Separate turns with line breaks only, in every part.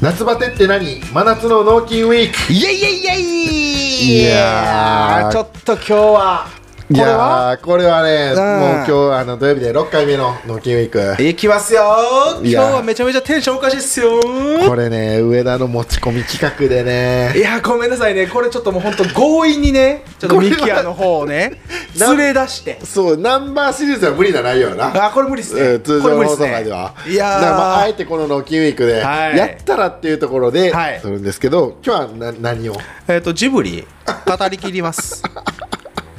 夏バテって何真夏の納金ウィーク
イエイイエイイエイ
いやー
ちょっと今日はこ
い
れは
やーこれはね、も
ん
う今日あの土曜日で6回目の納金ウィーク
いきますよー
い
今
やー
日はめちゃめちゃテンションおかしいっすよー
これね上田の持ち込み企画で
い
ね
やーごめんなさいねこれちょっともうほんと強引にねちょっと
これ
ミ
は
キアの方をね
な
連れ出して
そうナンバーシリーズは無理な内容よな
あーこれ無理っす
う
ね
ん通
これ
常
無
放
理っ
送
すね
回では、
いや
だ
ー
からまあ、あえてこの納金ウィークで、
はい
やったらっていうところで、
はい
するんですけど今日はな何を
えっ、とジブリ語り切ります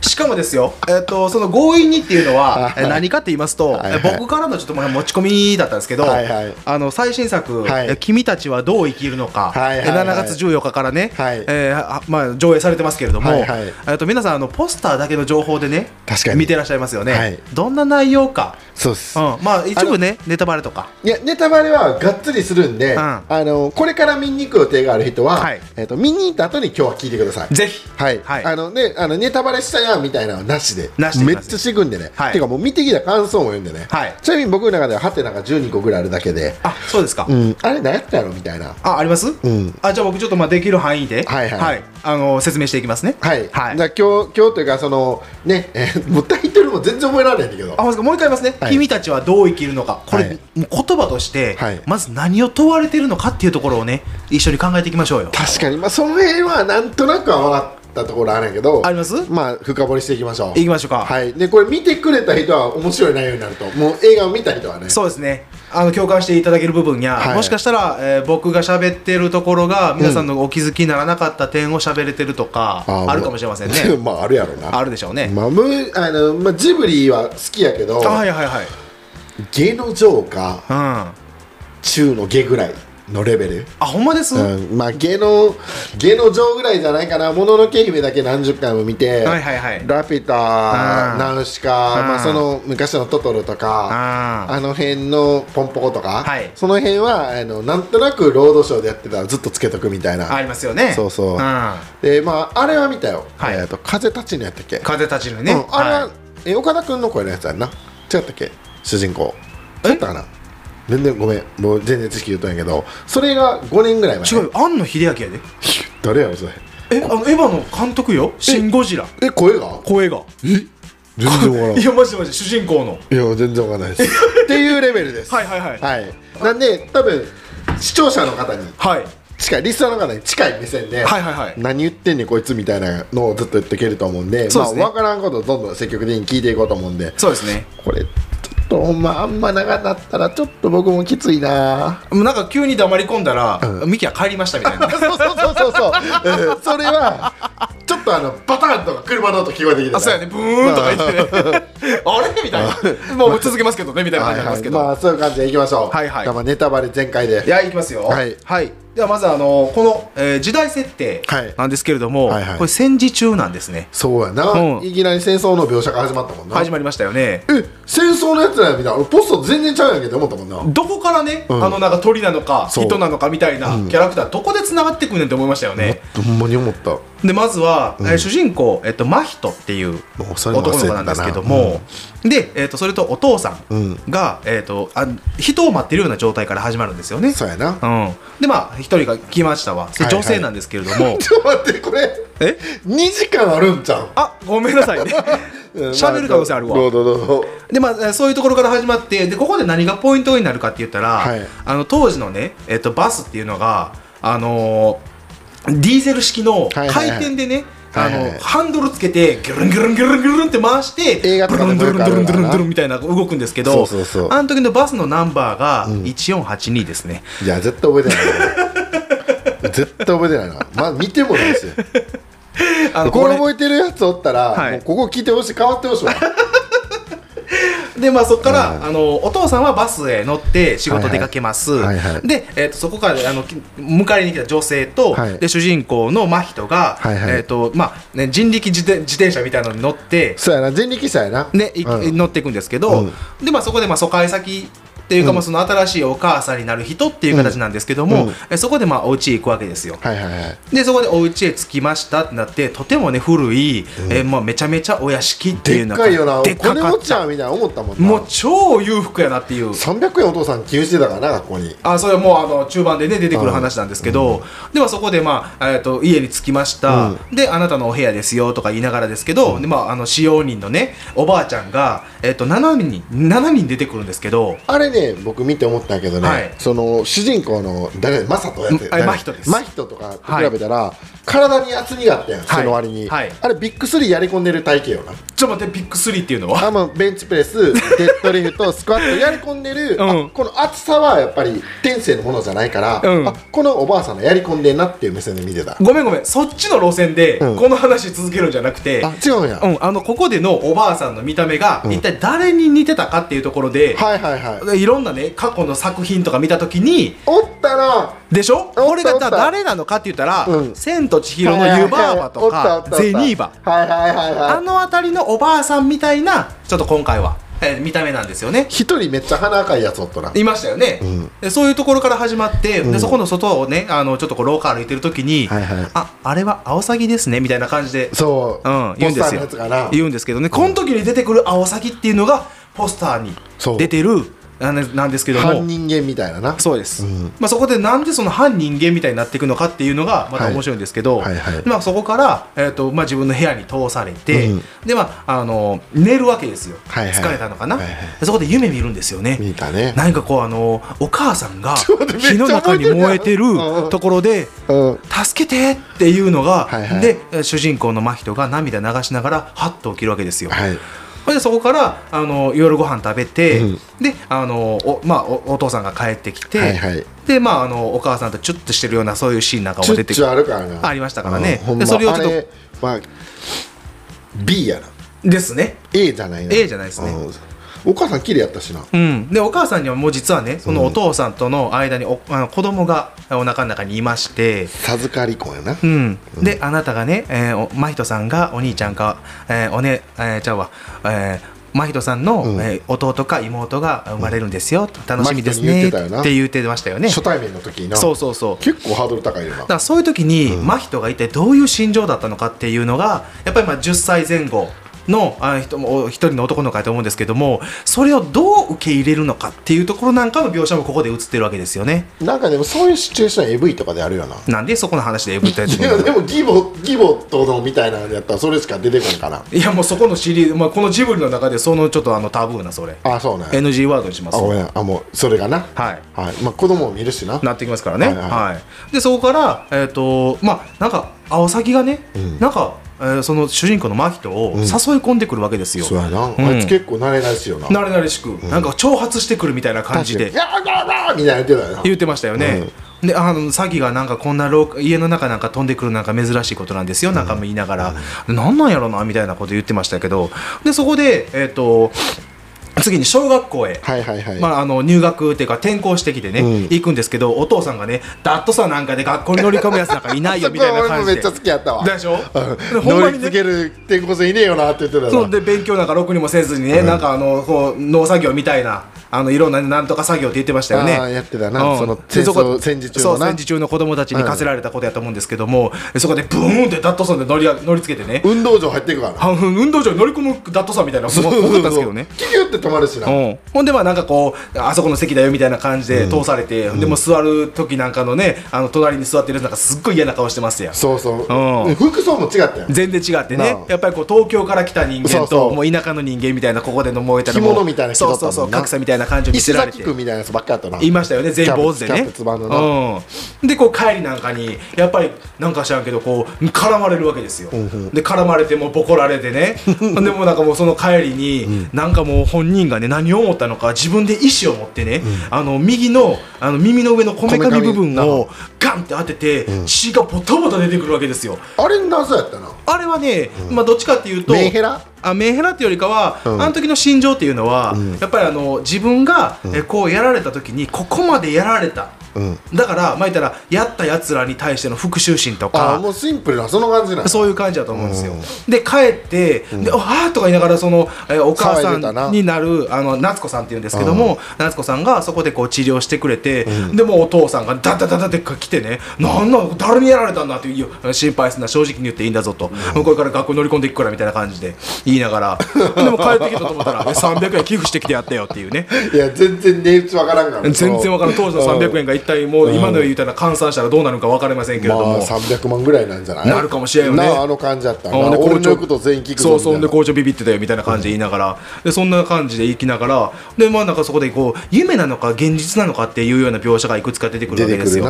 しかもですよ、えっとその強引にっていうのは、え何かって言いますと、
はい
え僕からのちょっともう持ち込みだったんですけど、
はいはい
あの最新作、
はい
え君たちはどう生きるのか」
はいはいはい
え7月14日からね、
はい
えーあまあ、上映されてますけれども、
はいはい
えっと皆さんあのポスターだけの情報でね
確かに
見てらっしゃいますよね、
はい
どんな内容か、
そうです、
うん、まあ一部ねネタバレとか
いやネタバレはがっつりするんで、
ん
あのこれから見に行く予定がある人は、
はい
えっと見に行った後に今日は聞いてください
ぜひ
はい、
はい
あのねあのネタバレしたやんみたいなのはなしで
なしで
めっちゃしてくんでね、
はい
てかもう見てきた感想も言うんでね、
はい
ちなみに僕の中ではハテナが12個ぐらいあるだけで、
あそうですか、
うん、あれ何やったやろみたいな
ああります、
ん
あじゃあ僕ちょっとまあできる範囲で、
はいはい
あの説明していきますね
はい、
はい
じゃあ今日今日というかそのね、えーもうタイトルも全然覚えられないんだけど
あほんですかもう一回言いますね、
はい
君たちはどう生きるのかこれ、
はい
もう言葉として、
はい
まず何を問われてるのかっていうところをね一緒に考えていきましょうよ
確かにまあその辺はなんとなくは分かったところあるんやけど
あります
まあ深掘りしていきましょう
いきましょうか
はいでこれ見てくれた人は面白い内容になるともう映画を見た人はね
そうですねあの共感していただける部分や、
はい
もしかしたら、えー僕が喋ってるところが皆さんのお気づきにならなかった点を喋れてるとか、あるかもしれませんね
まああるやろうな
あるでしょうね、
まあ、むあのまあ、ジブリは好きやけど
あはいはいはい
下の上か
うんあ
中の下ぐらいのレベル、
ほんまです、
うん、まあ下の下の上ぐらいじゃないかなもののけ姫だけ何十回も見て、
はいはいはい
ラピュ
う
タ
ん
ナウシカ
うん
まあ、その昔のトトロとか
あー
あの辺のポンポコとか、
はい
その辺はあのなんとなくロードショーでやってたらずっとつけとくみたい
あ
な
りますよね
そうそうんでまああれは見たよ、
はい
えー、と風立ちのやったっけ、
風立ちぬね、
うんあれは、
はい
え岡田君の声のやつやんな違ったっけ主人公違ったかな全然ごめんもう全然知識言うとんやけどそれが5年ぐらい前
違うよ庵野秀明やで
誰やろそれ
えあのエヴァの監督よ「シン・ゴジラ
え声が」
声が
え全然わからん
いやマジでマジで主人公の
いや全然わかんないですっていうレベルです
はいはいはい
はいなんで多分視聴者の方に
はい
近いリスナーの方に近い目線で、
はいはいはい
何言ってんねんこいつみたいなのをずっと言っていけると思うんで
そうですね
まあ、分からんことをどんどん積極的に聞いていこうと思うんで
そうですね
これちょっとほんまあんま長なったらちょっと僕もきついな
もうなんか急に黙り込んだら、ミキは帰りましたみたい な
そうそうそうそうそう、うんそれはちょっとあのバターンとか車の音聞こえてきて
あそうやねブーンとか言ってね あれみたいなもう続けますけどねみたいな
は
感
い
じ
は
なんです
い
けど、
まあそういう感じでいきましょう
はいはい
じゃあまあネタバレ全開で
いや、いきますよ。
はい
では、まず、あの、この、えー時代設定
はい
なんですけれども、
はいはい
これ戦時中なんですね。
そうやな、
うん
いきなり戦争の描写が始まったもんな
始まりましたよね。
え戦争のやつだよみたいな俺ポスト全然ちゃうんやけど思ったもんな
どこからね、
ん
あの、なんか鳥なのか、
そう
人なのかみたいなキャラクター、どこで繋がってくんねんって思いましたよね。
ほんまに思った
で、まずは、えー主人公、えっと、真人っていう
もうそれも忘
男
れて
の子
た
な
なん
ですけども、で、えっと、それとお父さんが、えっと、あ人を待ってるような状態から始まるんですよね。
そうやな
うん。で、まあ、一人が来ましたわ。それ女
はい
性
はい
なんですけれども、
ちょっと待ってこれ
え
2時間あるんじゃん
あごめんなさいね
うん
喋る可能性あるわ、
どうぞどうぞ
でまあえーそういうところから始まってでここで何がポイントになるかって言ったら、
はい
あの当時のね、えっとバスっていうのがあのーディーゼル式
は
の
い
回
はいはい
転でね、
はいはいはい
あのハンドルつけてギュルンギュルンギュルンギュルンって回して
映画とかでも
ド
よ
ゥル
く
ン
あ
ドゥル
る
ンドゥルンドゥルン
な
ドゥルンみたいな動くんですけど
そうそうそう
あの時のバスのナンバーが1482ですね、
いや絶対覚えてないな絶対覚えてないなまあ見てもないし
あの
これ
こ
覚えてるやつおったら、
はい
もうここ聞いてほしい変わってほしいわ
れでまあそこから、あのお父さんはバスへ乗って仕事出かけます、
はいはいはいはい
で、えー、とそこからあのき迎えに来た女性と、
はい
で主人公の真人が、
はいはい
えーとまあね、人力自転自転車みたいなのに乗って、
そうやな人力車やな
ねい
うん
乗っていくんですけど、
うん
でまあ、そこでまあ疎開先っていうか、まあその新しいお母さんになる人っていう形なんですけども、
うん
えそこでまあお家へ行くわけですよ。
はいはいはい
でそこでお家へ着きましたってなってとてもね古い、えまあ、めちゃめちゃお屋敷ってい
で
う
っ
の
かいよなお
でっか
金
か
持
っ
ちや
た
みたいな思ったもんな
もう超裕福やなっていう
300円お父さん寄付してたからな学校に
あそれはもうあの中盤でね出てくる話なんですけど、ではそこで、まあえー、と家に着きました、であなたのお部屋ですよとか言いながらですけど、でまあ、あの使用人のねおばあちゃんが、えー、と7人7人出てくるんですけど
あれね僕見て思ったけどね、
はい
その主人公の誰マサトやって
あ
誰
マヒトです
マヒトとかと比べたら、体に厚みがあったやん、
はい
その割に、
はい
あれビッグスリーやり込んでる体型よな
ちょっと待ってビッグ3っていうのは
あもうベンチプレ スデッドリフトスクワットやり込んでる、
うん
あこの厚さはやっぱり天性のものじゃないから、
うん
あこのおばあさんのやり込んでんなっていう目線で見てた、
ごめんごめんそっちの路線で
うん
この話続けるんじゃなくて、
あ違うんや、
うん、あのここでのおばあさんの見た目が
ん
一体誰に似てたかっていうところで、
はいはいはい
い、ろんなね過去の作品とか見た時に
おったな
でしょ
た
俺がだ
おった
誰なのかって言ったら「
うん
千と千尋の湯婆婆」と
はいはいはいお
か
ったおっ
「
たおった
ゼニーバ
はいはいはい」
あ
はい
の辺りのおばあさんみたいなちょっと今回は、えー見た目なんですよね。
一人めっちゃ鼻赤いやつおったない
ましたよね、
ん
でそういうところから始まって、
ん
でそこの外をねあのちょっとこう廊下歩いてる時に「
はいはい
ああれはアオサギですね」みたいな感じで
そう、
うん、言うんですよ
ポスターのやつかな
言うんですけどねこの時に出てくるアオサギっていうのがポスターに
そう
出てるあのなんですけど
半
も
人間みたいなな
そうです、
うん
まあ、そこでなんでその反人間みたいになっていくのかっていうのがまた面白いんですけど、
はいはいはい
まあ、そこから、えーとまあ、自分の部屋に通されて、
うん
でまああの寝るわけですよ、
はいはい
疲れたのかな、
はいはい
でそこで夢見るんですよね
見たね
何かこうあのお母さんが
ちょっと待って
火の中に燃えてる
めっちゃ燃えてるやんうんうん
ところで
うん
助けてっていうのが、
はいはい
で主人公の真人が涙流しながらハッと起きるわけですよ。
はい
それでそこからあの夜ご飯食べて、
うん
であのお,、まあ、おお父さんが帰ってきて、
はいはい
でまああのお母さんとチュッとしてるようなそういうシーンなんか
チ
も
ュ
出
ッ
て
チ
く
ュあるからな
ありましたからね
うんほんま
でそれをちょっと
あれまあ B やな
るですね。
A じゃないな
A じゃないですね
うんお母さん綺麗やったしな
うん、でお母さんにはもう実はねそのお父さんとの間におあの子供がお腹の中にいまして、
授かり婚やな
うん、で、あなたがね、えー、お真人さんがお兄ちゃんか、えーおねえー、ちゃうわ、えー、真人さんの、
うん
えー弟か妹が生まれるんですよ、と楽しみです
真人
ね
に言ってたよな
って言ってましたよね
初対面の時にな
そうそうそう
結構ハードル高いよな
だからそういう時に、真人が一体どういう心情だったのかっていうのがやっぱりまあ10歳前後のあ人もお一人の男の子だと思うんですけどもそれをどう受け入れるのかっていうところなんかの描写もここで映ってるわけですよね
なんかでもそういうシチュエーション AV とかであるよな
なんでそこの話でえぐったやつ
いやでも義母義母とのみたいなのやったらそれしか出てこないかない
やもうそこのシリーズ、まあ、このジブリの中でそのちょっとあのタブーなそれ
あそうなんや
NG ワードにします
あごめんあもうそれがな
はい
はいまあ子供を見るしな
なってきますからねは、
はいいはい
でそこからえっ、とまあなんかアオサギがね、なんか、えーその主人公のマヒトを誘い込んでくるわけですよ、
そうやな、
ん
あいつ結構慣れないっすよな
なれなれしく、なんか挑発してくるみたいな感じで
やばいやばいみたいな言ってたよな
言ってましたよね、であの詐欺がなんかこんな廊下家の中なんか飛んでくるなんか珍しいことなんですよ、なんかも言いながら、なんなんやろなみたいなこと言ってましたけどでそこで、えっと次に小学校へ、
はいはいはい、
まあ、あの入学っていうか転校してきてね、
うん
行くんですけどお父さんがねだっとさなんかで学校に乗り込むやつなんかいないよみたいな
俺
感じ
もめ
で
っちゃ好きやったわ
でしょで
うん
ほんま
乗り
に
つ
ね
ける転校生いねえよなって言ってたよな
そうで勉強なんかろくにもせずにね、なんかあのこう農作業みたいなあのいろんななんとか作業って言ってましたよね
あーやってたなその
で
戦争
そこ
戦時中の
そう
な
戦時中の子供たちに課せられたことやと思うんですけども、そこでブーンってダットソンで乗りあ乗りつけてね
運動場入っていくからな
半分運動場に乗り込むダットソンみたいな思ったんですけどね
キュキュって止まるしな
うん、ほんでまあなんかこうあそこの席だよみたいな感じで通されて、でも座る時なんかのねあの隣に座ってるやつなんかすっごい嫌な顔してますやん
そうそう
うん
服装も違ったよ
全然違ってね
なあ
やっぱりこう東京から来た人
そ
間
うそ
と
う
もう田舎の人間みたいなここでの燃えたら
着
もう
物みたいな着と
そう
った
そ
も
うん
な
そう格差みたいな感情に見せ
石
られて
崎君みたいなやつばっかやったない
ましたよね全員坊主で
キャ
ね
プツバンのな
うん、でこう帰りなんかにやっぱりなんか知らんけどこう絡まれるわけですよ、で絡まれてもうボコられ てねでもうなんかもうその帰りに、なんかもう本人がね何を思ったのか自分で意思を持ってね、あの右のあの耳の上のこめかみ部分をガンって当てて、血がボタボタ出てくるわけですよ
あれ謎やったな
あれはね、まあどっちかっていうと
メンヘラ
あメンヘラっていうよりかは、
うん
あの時の心情っていうのは、やっぱりあの自分が、えこうやられた時にここまでやられた
うん
だからまあ言ったらやったやつらに対しての復讐心と
ああ
か
もうシンプルなその感じなんや
そういう感じだと思うんですよ。で帰って「でああ」とか言いながらその、えーお母さ
騒いでたなん
になるあの夏子さんっていうんですけども、夏子さんがそこでこう治療してくれて、でもうお父さんがダダダダって来てね「なんなん誰にやられたんだ」っていう心配すんな正直に言っていいんだぞと、これから学校乗り込んでいくからみたいな感じで言いながらでも帰ってきたと思った らえ300円寄付してきてやったよっていうね。
いや全然値打ちわからんから
全然わからん当時の300円が一体もう今の言うたら換算したらどうなるのか分かりませんけれ
ま
ども、
あ300万ぐらいなんじゃない
なるかもしれんよね
なああの感じだったな
あで
俺の言うこと全員聞くぞ
そう
みた
そう
い
で
な
校長ビビってたよみたいな感じで言いながら、でそんな感じで行きながらでまあなんかそこでこう夢なのか現実なのかっていうような描写がいくつか出てくる
出
わけ
て
で
く
す
る
よ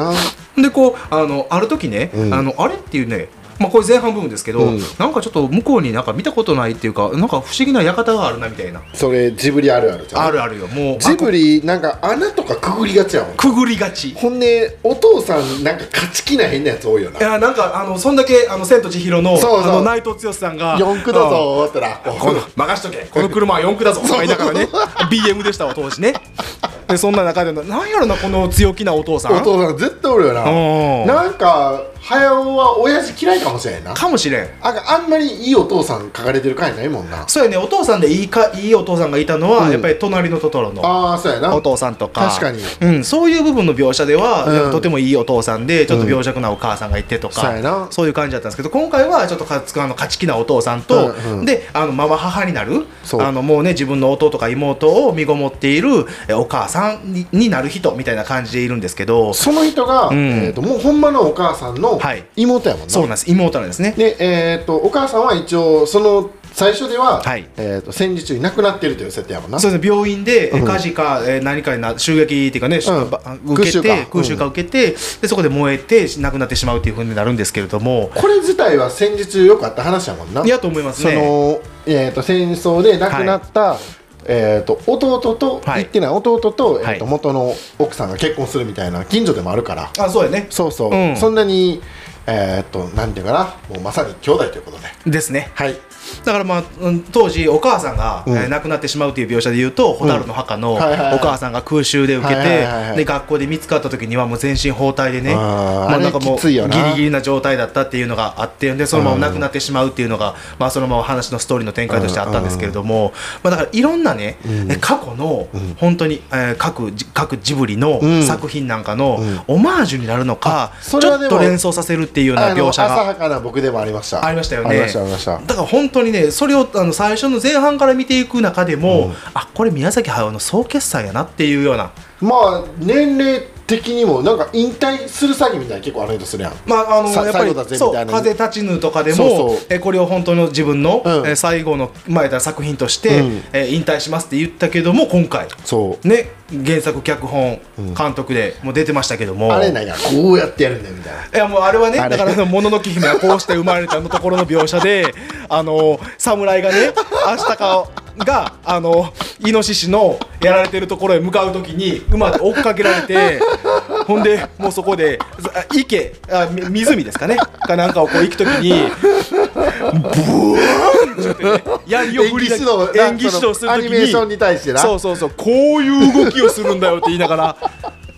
な
でこうあのある時ね、あのあれっていうねまあこれ前半部分ですけど、なんかちょっと向こうになんか見たことないっていうかなんか不思議な館があるなみたいな
それジブリあるあるじゃん
あるあるよもう
ジ
あ
ブリなんか穴とかくぐりがちやもん
くぐりがち
ほんでお父さんなんか勝ち気な変なやつ多いよない
やなんかあのそんだけあの千と千尋の
そうそう
あの内藤剛さん が
四駆だぞーってなこう
この任しとけこの車は四駆だぞとか言いながらね BM でしたわ当時ねでそんな中でなんやろなこの強気なお父さ
お
ん
父さん絶対おるよ
うん
ななんか早尾は親父嫌いかもしれんな
かもしれん
ああんまりいいお父さん書かれてる回ないもんな
そうやねお父さんでいいかいいお父さんがいたのは、やっぱり隣のトトロの
ああそうやな
お父さんとか
確かに
うん、そういう部分の描写では、
うん
やっぱとてもいいお父さんでちょっと病弱なお母さんがいてとか、
そうやな
そういう感じだったんですけど今回はちょっとかつあの勝ち気なお父さんと、
うんうん
であのママ母になる
そう
あのもうね自分の弟とか妹を身ごもっているえお母さんにになる人みたいな感じでいるんですけど
その人が、
うん
えー、ともうほんまのお母さんの
はい
妹やもんな、
そうなんです妹なんですね。
で、えー、とお母さんは一応その最初では、
はい
えー、と戦時中に亡くなってるという設定やもんな
そうですね病院でえ
うん
火事かえー何かにな襲撃っていうかね、
ん
ば受けて
空
空
襲
襲
か
か受けて、でそこで燃えて亡くなってしまうっていうふうになるんですけれども
これ自体は戦時中よくあった話やもんない
やと思います
そ
ね。
の、えー、と戦争で亡くなった、えー、と弟と、
はい
言ってない弟と,、え
は
ー、
い
と元の奥さんが結婚するみたいな近所でもあるから
あそうやね
そうそう、
うん
そんなにえー、となんていうかなもうまさに兄弟ということで
ですね
はい
だからまあうん当時お母さんが、
うん
えー亡くなってしまうという描写で言うと蛍の墓のお
はいはいはい
母さんが空襲で受け
はいはいはいはい
てで学校で見つかった時にはもう全身包帯でね
あーあれきついよな
ギリギリな状態だったっていうのがあってでそのまま亡くなってしまうっていうのが、まあ、そのまま話のストーリーの展開としてあったんですけれども、まあ、だからいろんなね、え過去の本当に、えー各じ各ジブリの
うん
作品なんかのオマージュになるのか、ち
それ
ょ
はで
っ
も
と連想させるっていうような
あの
描
浅
写が。
はかな僕でもありました
ありましたよね
ありましたありました
だから本当にねそれをあの最初の前半から見ていく中でも、あこれ宮崎駿の総決算やなっていうような
まあ年齢的にもなんか引退する詐欺みたいな結構ある人するやん
まああの
さ
やっぱ
最後だぜ
り
みたいな
そう
ね
風立ちぬとかでも
そうそう
えこれを本当の自分の、
うん
え最後の前だ作品として、
うん
え引退しますって言ったけども今回
そう
ね原作脚本監督でもう出てましたけども、
あれなんやこうやってやるんだよみたいない
やもうあれはね
あれ
だからその「もののけ姫」はこうして生まれたあのところの描写であの侍がねアシタカがあのイノシシのやられてるところへ向かう時に馬で追っかけられてほんでもうそこであ池あみ湖ですかねかなんかをこう行く時に槍を振り
演技指
な
導な
演技指導する
ア
時
ニメーションに対してな
そうそうそうこういう動きをするんだよって言いながら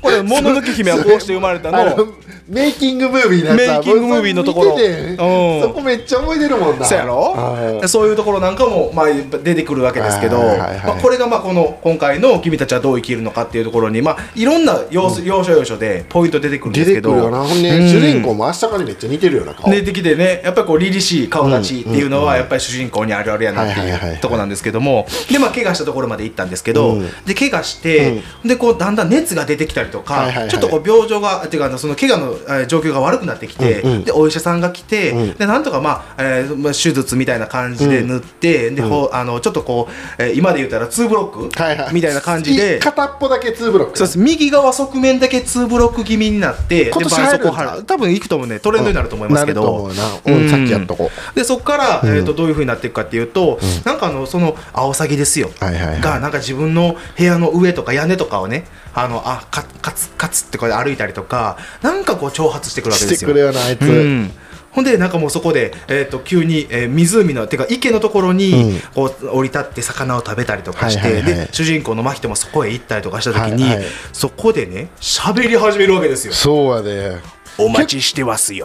これ「もののけ姫」はこうして生まれたの
あのメイキングムービーのやつ
メイキングムービーのところ
見てて
うん
そこめっちゃ覚えてるもんな
そうや
は
ろ
い
そういうところなんかも、まあ、やっぱ出てくるわけですけど、
はいはいはいはい
まあ、これがまあこの今回の「君たちはどう生きるのか」っていうところに、まあ、いろんな要素、要所要所でポイント出てくるんで
出
すけ
てく
ど
るよなほんで
うん
主人公も明日からめっちゃ似てるような顔
出てきてねやっぱりこう凛々しい顔立ちっていうのはやっぱり主人公にあるあるやなって
はいはいいはいはいう
とこなんですけどもでまあ怪我したところまで行ったんですけど、
うん
で怪我して、でこうだんだん熱が出てきたりとか、
はいはいはい
ちょっとこう病状がっていうかあのその怪我のえー状況が悪くなってきて、
うんうん
でお医者さんが来て、
うん
でなんとかまあ、えーまあ手術みたいな感じで塗って、でほうあのちょっとこう、えー今で言ったら2ブロック、
はいはい
みたいな感じで。
片っぽだけ2ブロック
そうです右側側面だけ2ブロック気味になって
今年
で絆創
流行るん
膏
ちゃう
貼る多分いくともねトレンドになると思いますけど、
なると思うなうんさっきやっとこ
でそこから、えー、とどういうふうになっていくかっていうと、なんかあのそのアオサギですよ、
はいはいはい
がなんか自分の部屋の上とか屋根とかをねあのあかかつかつってこれ歩いたりとかなんかこう挑発してくるわけで
し
す
て
よ。
くれよなあいつ
うんほんでなんかもうそこで、えー、と急に、えー湖のてか池のところ
うん
にこう降り立って魚を食べたりとかして、
はいはいはい
で主人公の真人もそこへ行ったりとかした時に、
はいはい
そこでね喋り始めるわけですよ
そうやで
お待ちしてます よ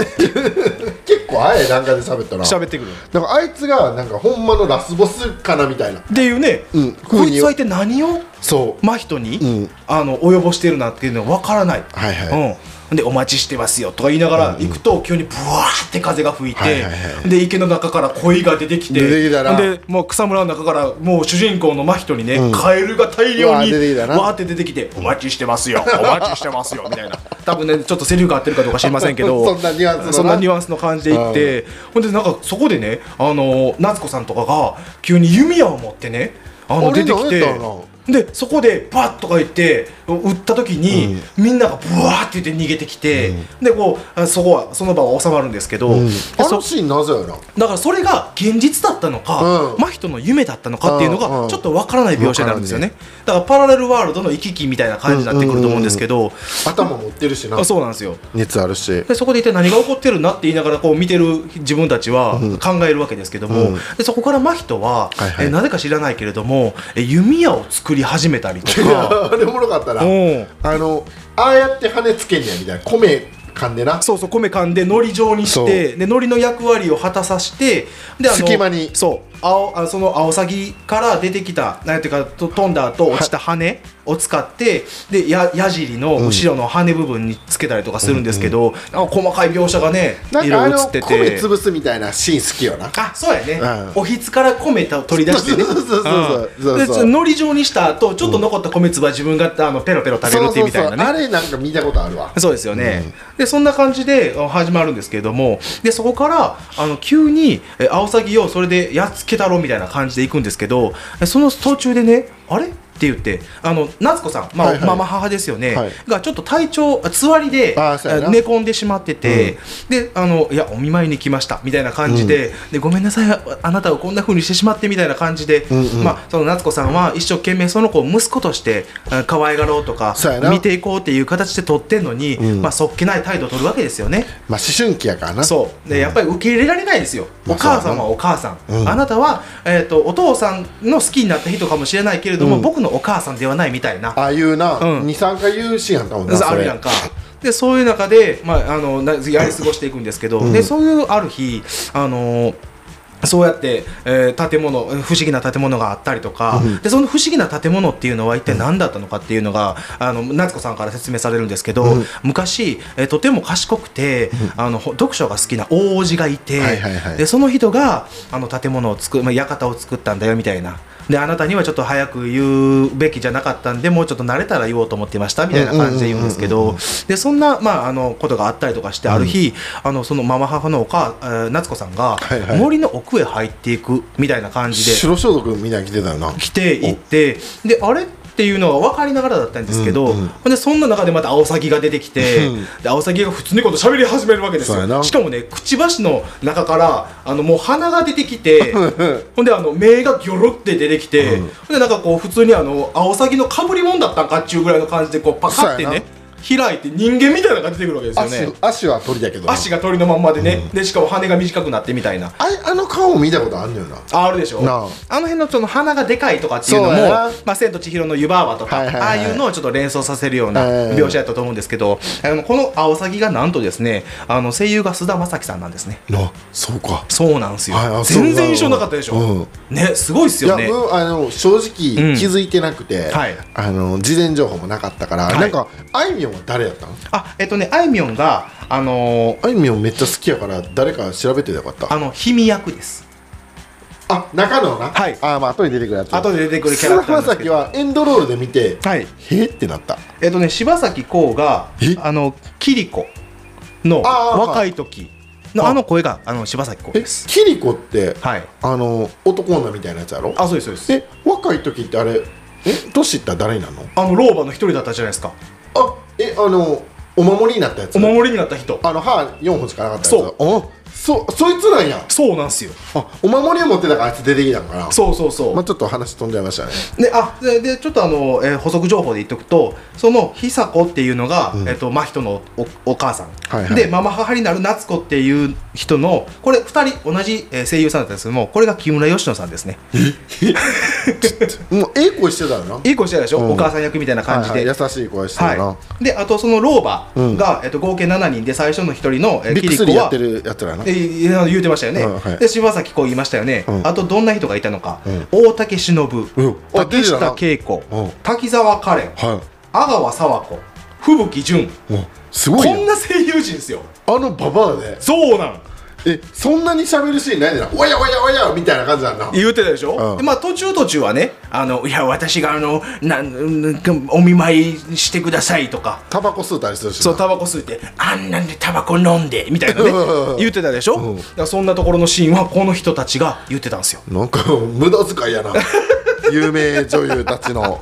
結構あええ段階で喋ったな
喋ってくる
なんかあいつがなんかほんまのラスボスかなみたいな
っていうね、
うん
こいつは一体何を
そう
真人に、
うん
あの及ぼしてるなっていうのがわからない、
はいは
うん、で「お待ちしてますよ」とか言いながら行くと、急にブワーって風が吹いて、
はいはいは
で池の中から鯉が出てきて
出てきたな
でもう草むらの中からもう主人公の真人にね、カエルが大
う
量
わ
に
出てきたな
わーって出てきて「お待ちしてますよお待ちしてますよ」みたい な多分ねちょっとセリフが合ってるかどうか知りませんけ
そ
ど
んなニュアンスのな
そんなニュアンスの感じでいって、ほんでなんかそこでねあの夏子さんとかが急に弓矢を持ってねあの
俺
出てきて
なんやったか
でそこでバッとか言って撃った時に、みんながブワーって言って逃げてきて、でこうあそこはその場は収まるんですけど、で
あ
そ
のシーンなぜやな
だからそれが現実だったのか、
うん
真人の夢だったのかっていうの
うんうん
がちょっとわからない描写になるんですよね、だからパラレルワールドの行き来みたいな感じになってくると思うんですけど、
頭持ってるしな
あそうなんですよ
熱あるし
でそこで一体何が起こってるなって言いながらこう見てる自分たちは考えるわけですけども、でそこから真人は、
はいはい
えなぜか知らないけれどもえ弓矢を作り始めたりと
い
か。
やあれおもろかったな
うん
あのああやって羽つけんねやみたいな米噛んでな
そうそう米噛んで海苔状に
そう
してで海苔の役割を果たさしてで
隙間に
そう青あそのアオサギから出てきたなんていうかと飛んだ後落ちた羽を使ってでや矢尻の後ろの羽部分につけたりとかするんですけど、なんか細かい描写がね
なん
い
か
ろ
あ
いろ映
の
って
米
て
潰すみたいなシーン好きよな
あそうやね、
うん
おひつから米た取り出してね
そうそうそうそうそう
うんで
そう
ちょ海苔状にした後ちょっと残った米粒は自分があのペロペロ食べるっていうみたいなね
そうそうそうあれなんか見たことあるわ
そうですよね、でそんな感じであ始まるんですけれどもでそこからあの急にえアオサギをそれでやっつけたろみたいな感じで行くんですけどえその途中でねあれって言ってあの夏子さん、まあ
はいはい
ママ母ですよね、
はい
がちょっと体調あつわりで
あーそうやな
え寝込んでしまってて、であのいやお見舞いに来ましたみたいな感じで,、でごめんなさいああなたをこんな風にしてしまってみたいな感じで、まあ、その夏子さんは一生懸命その子を息子としてあ可愛がろうとか
そうやな
見ていこうっていう形で取ってんのに、まあそっけない態度を取るわけですよね。
まあ思春期やからな
そうでやっぱり受け入れられないですよ、
まあ
お母さ
そ
ん
うだ
は
な
お母さん、あなたは、えー、とお父さんの好きになった人かもしれないけれども、僕のお母さんではないみたいな
ああいうな、
うん
23回言うシーンやったもんな
あ
それ
るやんかでそういう中で、まあ、あのなやり過ごしていくんですけど、でそういうある日あのそうやって、えー建物不思議な建物があったりとか、でその不思議な建物っていうのは一体何だったのかっていうのが、あの夏子さんから説明されるんですけど、昔、えーとても賢くて、あのほ読書が好きな王子がいて、
はいはいはい
でその人があの建物を作る、まあ、館を作ったんだよみたいなであなたにはちょっと早く言うべきじゃなかったんでもうちょっと慣れたら言おうと思ってましたみたいな感じで言うんですけどでそんな、まあ、あのことがあったりとかしてある日、あのそのママ母のお母えー夏子さんが
はいはい
森の奥へ入っていくみたいな感じで
白装束みたいに着てたよな
来ていってであれっていうのが分かりながらだったんですけど、
うんうん
ほんでそんな中でまたアオサギが出てきて、
うん
でアオサギが普通にこと喋り始めるわけです
そうやな
よしかもねくちばしの中からあのもう鼻が出て きてほんであの目がギョロって出てきて、ほんでなんかこう普通にあのアオサギのかぶり物だったんかっちゅうぐらいの感じでこうパカって
そうや
ね開いて人間みたいなのが出てくるわけですよ
足
ね
足は鳥だけどな
足が鳥のまんまでね、でしかも羽が短くなってみたいな
あいあの顔も見たことあんのよな
あるでしょ
なあ
あの辺のその鼻がでかいとかっていうのも
そうやな
「まあ、千と千尋の湯婆婆」とか、
はいはいはい
ああいうのをちょっと連想させるような
はいはいはい
描写やったと思うんですけど、あのこのアオサギがなんとですねあの声優が菅田将暉さんなんですね
なそうか
そうなんですよ、
はいあそう
全然印象なかったでしょ、
うん
ねすごいっす
い
よ
や
ね
うんあの正
う
直
ん
気づいてなくて、
はい
あの事前情報もなかったから、
はい
なんかあいみょんは誰やったの
あえっとねあいみょんがあのー
あいみょんめっちゃ好きやから誰か調べてよかった
あ
あ
の氷見役です
中野な
はい
あまあ後で出てくるやつ
後で出てくるキャラクターなんですけど
菅田将暉はエンドロールで見て
はい
へえってなった
えっとね柴咲コウが
え
あのキ子の
あー
若い時のあの声があの柴咲コウ
え
です
キリコって、
はい
あの男女みたいなやつやろ
あそうですそうです
え若い時ってあれえ年いったら誰になるの
あの老婆の一人だったじゃないですか
あえあのお守りになったやつ
お守りになった人
あの歯4本しかなかったやつ
そう
おそそいつなんや
そうなんすよ
あお守りを持ってたからあいつ出てきたんかな
そうそうそう、
まあちょっと話飛んじゃいましたね
であででちょっとあの、えー補足情報で言っとくとその久子っていうのが、えっと真人のおお母さん、
はいはい
でママ母になる夏子っていう人のこれ2人同じえー声優さんだったんですけどもこれが木村佳乃さんですね
もうええ声してたよない
い子してたでしょ、
うん
お母さん役みたいな感じで、
はいはい優しい声してたな、
はい、であとその老婆が、えっと、合計7人で最初の一人の、え
ビッグ
キ
ス
リ
リー
コ
や
は
ってるやつらやな
でいや言うてましたよね、
うんはい
で柴咲コウ言いましたよね、
うん
あとどんな人がいたのか、
ん
大竹しのぶ、
うん
竹下恵子、
うん
滝沢カレン、
は
阿川佐和子吹雪純
いもうすごい
こん
よ
な声優陣ですよ
あのババアで
そうなん
えそんなに喋るシーンないでなおやおやおやみたいな感じなんだ
言ってたでしょ、
うん
でまあ途中途中はねあのいや私があのなんうんお見舞いしてくださいとか
タバコ吸うたりするしな
そうタバコ吸ってあんなんでタバコ飲んでみたいなね
うん
言ってたでしょ、
うん
だからそんなところのシーンはこの人たちが言ってたんですよ
なんか無駄遣いやな 有名女優たちの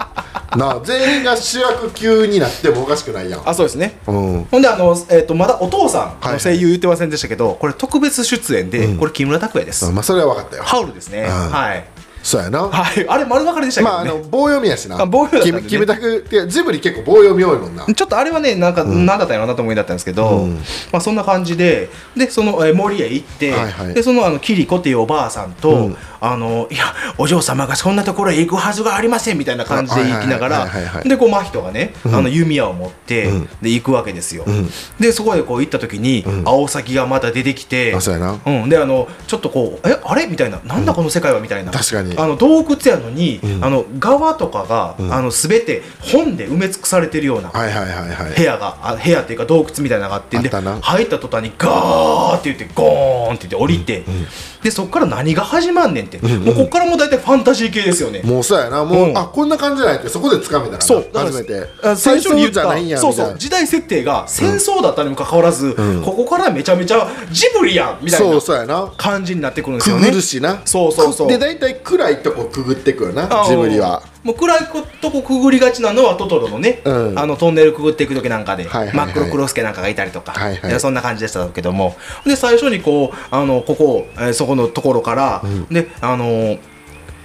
なあ全員が主役級になってもおかしくないやん
あそうですね
うん
ほんであの、えっとまだお父さん
はいは
の
い
声優言ってませんでしたけど、これ特別出演で、これ木村拓哉です、
まあそれは分かったよ
ハウルですね、
ん
はい、
そうやな
はい、あれ丸分かりでしたけ
ま
ど
ああ
ね、
の棒読みやしな
あ棒読みだったんでね
キムキムタクってジブリ結構棒読み多いもんな
ちょっとあれはね、なんか、なんだったんやろうなと思いだったんですけど、まあ、そんな感じで、で、その、えー森へ行って、
はいはい
で、その、あの、キリコっていうおばあさんと、
うん
あの、いや、お嬢様がそんなところへ行くはずがありません、みたいな感じで行きなが
あはいはいはいはい
ら、
はい
で、こう、真人がね、あの、弓矢を持って、で、行くわけですよ。で、そこへこう行った時に、青崎がまた出てきて、
あそうやな
うん、であのちょっとこう「えあれ?」みたいな「なんだこの世界は」みたいな、
確かに
あの洞窟やのに、あの側とかが、あの全て本で埋め尽くされてるような
はいはいはいは
部
い
屋があ部屋っていうか洞窟みたいなのがあってん
あ
で
ったな
入った途端にガーって言ってゴーンって言って降りて、でそっから何が始まんねんって、もうこっからもう大体ファンタジー系ですよね、
もうそうやなもう、
うん
あこんな感じないってそこで掴めたらな
そうだから
初めて
あ最初に言
戦争
っ
じゃ
た
ないんや
そう
みた
そ
いうな
時代設定が戦争だったにもかかわらず、ここからめちゃめちゃジブリやんみたい
そ
な
うそうやな
感じになってくるんですよ
く
ね
ぐるしな
そうそうそう
で大体暗いとこくぐってくよな
あ
ジブリは
もう暗いことこくぐりがちなのはトトロのね、
うん
あのトンネルくぐっていく時なんかで、
はいはいはい
真っ黒クロスケなんかがいたりとか、
はいはい
やそんな感じでしたけどもで最初にこうあのここ、えーそこのところから、であのー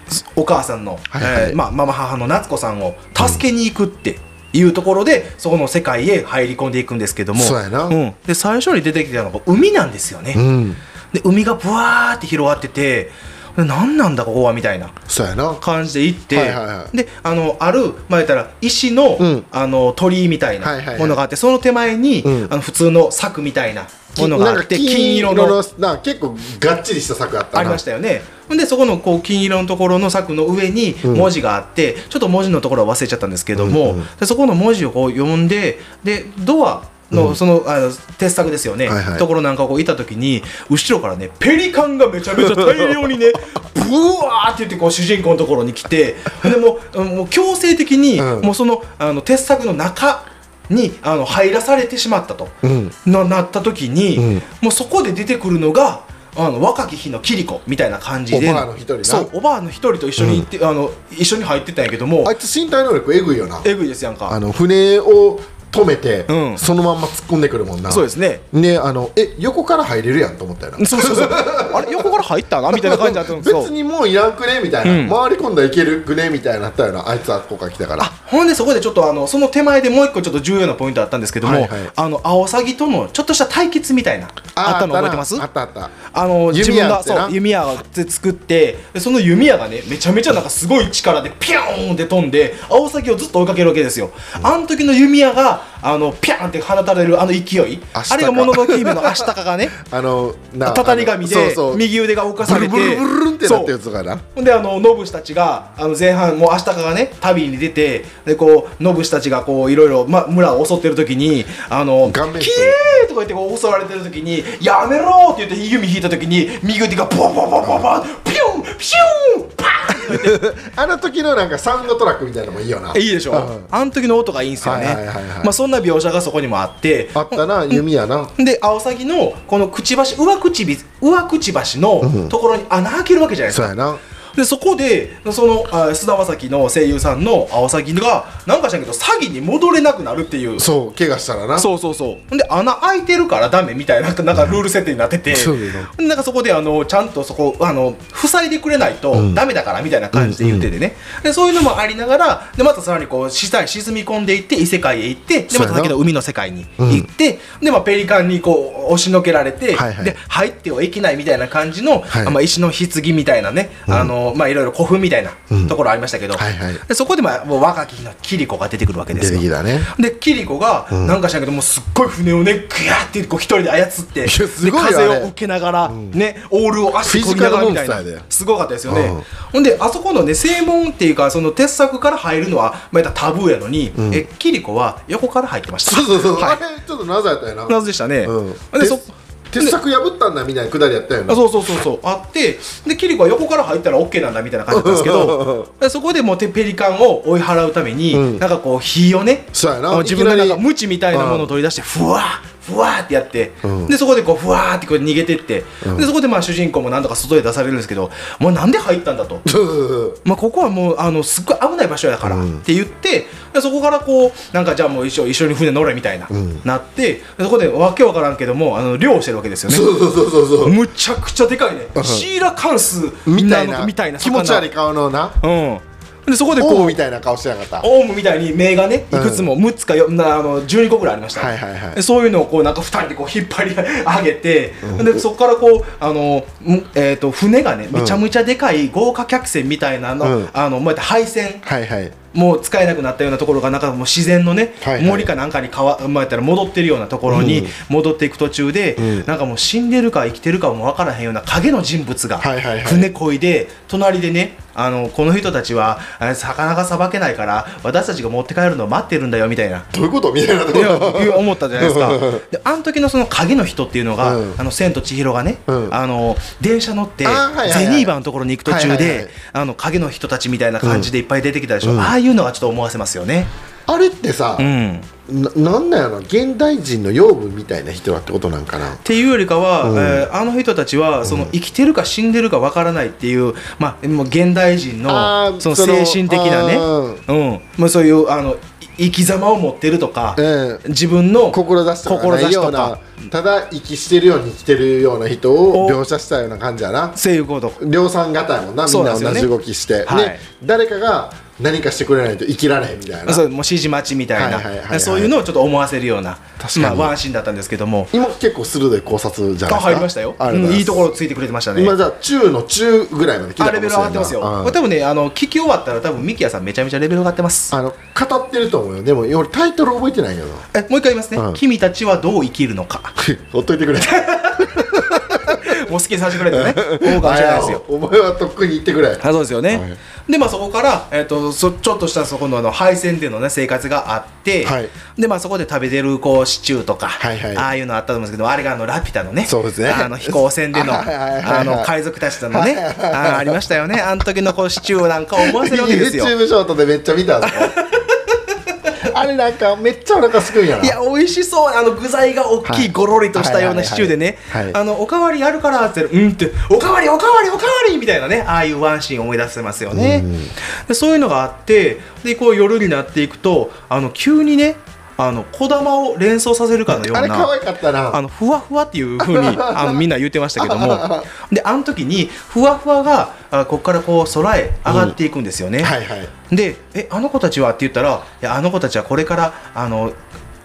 すお母さんの、
はいはい
えーまあ、ママ母の夏子さんを助けに行くって。いうところでそこの世界へ入り込んでいくんですけども、
そうやなん
で最初に出てきたのが海なんですよね、
うん
で海がぶわーって広がっててで何なんだここはみたいな
そうやな
感じで行って、
はいはいはい
であのあるまあ言ったら石の,、
うん
あの鳥居みたいな
はいはいはい
ものがあって、その手前に、
うん
あの普通の柵みたいなものがあって
きなんか
金色の
な結構がっちりした作あったな
ありましたよねほんでそこのこう金色のところの柵の上に文字があって、ちょっと文字のところは忘れちゃったんですけども、でそこの文字をこう読んででドアのその、あの鉄柵ですよね、
はいはい
ところなんかをこういた時に後ろからねペリカンがめちゃめちゃ大量 にねブワーって言ってこう主人公のところに来てでもうもう強制的に、
うん
もうそのあの鉄柵の中にあの入らされてしまったと、
うん
ななった時に、
うん
もうそこで出てくるのがあの若き日の桐子みたいな感じで
おばあの一人な
そうおばあの一人と一緒に行って、あの一緒に入ってたんやけども
あいつ身体能力えぐいよな
えぐいですやんか
あの船を止めて、
うん
そのまんま突っ込んでくるもんな
そうですね
ねあのえ横から入れるやんと思ったよな
そうそうそ うあれ横から入ったなみたいな感じだったんですけど
別にもういらんくねみたいな、
うん
回り込んだらいけるくねみたいになったよなあいつはここから来たから
あほんでそこでちょっとあのその手前でもう一個ちょっと重要なポイントあったんですけども、
はいはい
あのアオサギとのちょっとした対決みたいなあったの覚えてます
あったなあったあっ
あの自
弓
分
矢
が
ってな
そう弓矢を作ってでその弓矢がねめちゃめちゃなんかすごい力でピャーンって飛んでアオサギをずっと追いかけるわけですよ、あの時の弓矢があのピャーンって放たれるあの勢い
アシタカ
あれがもののけ姫のアシタカがね
たあのな
たたり神で
あのそうそう
右腕が動かされて
ブルブルブルブルンってなったや
そう
つがな
ほんであのノブシたちがあの前半もうアシタカがね旅に出てでこうノブシたちがこういろいろま村を襲ってる時にあの
顔面
キエーとか言ってこう襲われてる時にやめろって言って弓引いた時に右腕がボンボンボンボンボンピュンピュンパーンって言って
あの時のなんかサウンドトラックみたいなのもいいよ な
いいでしょ、
うん
あの時の音がいいんですよね、
はいはいはいはい
まあそんな描写がそこにもあって
あったな弓矢な
でアオサギのこのくちばし上くちび上くちばしのところに穴開けるわけじゃないです
そう
か、
やな
でそこでそのあ菅田将暉の声優さんの青崎がなんか知らんけど詐欺に戻れなくなるっていう
そう怪我したらな
そうそうそうほんで穴開いてるからダメみたいななんかなんかルール設定になってて、
そうだよな
なんかそこであのちゃんとそこあの塞いでくれないと
ん
ダメだからみたいな感じで言っててね、でそういうのもありながらでまたさらにこう資材沈み込んでいって異世界へ行ってで
そう
ま
や
た
な
先の海の世界に行って、で、まあ、ペリカンにこう押しのけられて、
はいはい
で入ってはいけないみたいな感じの、
はい
あまあ、石の棺みたいなね、あのまあいろいろ古墳みたいなところありましたけど、
はいはい
でそこで、まあ、もう若き日のキリコが出てくるわけです
出
よ。
てきたね
でキリコがなんかしらんけどもうすっごい船をねグヤーってこう一人で操って
すごいよ
で風
あれ
を受けながら、ねオールを足こぎながらみたいな
フィジカルモンスターやです
ごかったですよね、
うん
ほんであそこのね正門っていうかその鉄柵から入るのはまたタブーやのに、えキリコは横から入ってました
そうそうそう、
はい、
あれちょっと謎やったよな
謎でしたね、
うん
でそ
鉄鉄柵破ったんだみたいなくだりやったよな
あそうそうそうそうあってでキリコは横から入ったら OK なんだみたいな感じだったんですけどでそこでもうてペリカンを追い払うために、なんかこう火をね
そうやな
あの自分の
い
な
き
ん
な
か
り
ムチみたいなものを取り出してふわーふわーってやって、
うん
でそこでこうふわーってこう逃げてって、でそこでまあ主人公もなんとか外へ出されるんですけどもうなんで入ったんだと。
そうそうそう
まあ、ここはもうあのすっごい危ない場所やから、
うん
って言ってでそこからこうなんかじゃあもう一緒一緒に船乗れみたいな、
ん
なってでそこでわけわからんけどもあの漁をしてるわけですよね
そうそうそうそう
むちゃくちゃでかいね、
うん
シーラカンスみ
みた
た
い
いな
な
みたいな
気
魚
持ち悪い顔のな
うんでそこで
オ
こ
ウ
う
みたいな顔してなかった
オウムみたいに目がねいくつも6つかよなあの12個ぐらいありました、
はいはいはい
でそういうのをこうなんか2人でこう引っ張り上げて、でそこからこうあの、むえー、と船がねめちゃめちゃでかい豪華客船みたいなの,、
うん
あのもうやって配線
はいはい
もう使えなくなったようなところがなんかもう自然のね、
はいはい
森かなんかにかわまあやったら戻ってるようなところ
う
に
ん
戻っていく途中で、
うん
なんかもう死んでるか生きてるかも分からへんような影の人物が
はいはいはい
船こいで隣でねあのこの人たちはあ魚がさばけないから私たちが持って帰るのを待ってるんだよみたいな。
どういうことみたいなと
い
こ
や
ろ
いう思ったじゃないですかであの時のその影の人っていうのが「
うん
あの千と千尋」がね、
うん
あの電車乗って
あーはいはいはい
ゼニーバのところに行く途中で、
はいはいはい
あの影の人たちみたいな感じでいっぱい出てきたでしょ、
うん
ああいうのがちょっと思わせますよね。
あれってさ
うん
ななんなんやろ現代人の養分みたいな人だってことなんかな
っていうよりかは、
うん
えーあの人たちはその生きてるか死んでるかわからないっていう、まあ、もう現代人
あー
のその
その
精神的なね
あー
うんまあ、そういうあのい生き様を持ってるとか、
うん
自分の
志とかない
志
よ
と
うな
か
ただ息してるように生きてるような人を
お
描写したような感じやな
そういうこと
量産型やもんなみ
そ
ん
うな
なん
です
同
よね
じ動きして、
はい
で誰かが何かしてくれないと生きられへんみたいな
そうもう指示待ちみたいな、
はいはいはいはい
そういうのをちょっと思わせるような
確かに
まあ、ワンシーンだったんですけども
今結構鋭い考察じゃないですか
あ入りましたよ
ありが
うん
うござ
い
ま
い
す
ところついてくれてましたね
今じゃあ中の中ぐらいまで来た
あ
かも
レ
し
ベ
れ
ル
ない
上がってますよ、
うん
これ多分ねあの聞き終わったら多分ミキヤさんめちゃめちゃレベル上がってます
あの語ってると思うよでも俺タイトル覚えてないけど
えもう一回言いますね、
うん
君たちはどう生きるのか
ほっといてくれ
もう好きにさせてくれてねそうかもしれないですよ
お前はとっくに行ってくれ
あそうですよね、
は
でまあそこから、えっとそちょっとしたそこのあの配線でのね生活があって、
はい
でまあそこで食べてるこうシチューとか、
はいはい
ああいうのあったと思うんですけどあれがあのラピュタのね
そうですね
あの飛行船での
はいはいはいはい
あの海賊たちとのねあーありましたよねあの時のこうシチューなんか思わせるわけですよ
YouTube ショートでめっちゃ見 たぞあれなんかめっちゃお腹すくんやない
や美味しそうあの具材が大
は
き
い
いゴロリとしたようなシチューでね
はいはいはい
あのおかわりあるからって言ったらうんっておかわりおかわりおかわりみたいなねああいうワンシーン思い出せますよねでそういうのがあってでこう夜になっていくとあの急にねあの小玉を連想させるかのよう
あれ
な
可愛かったな
あのふわふわっていう風 にあのみんな言ってましたけどもであの時にふわふわがあここからこう空へ上がっていくんですよね、
はいはい
で「えあの子たちは?」って言ったら「いやあの子たちはこれからあの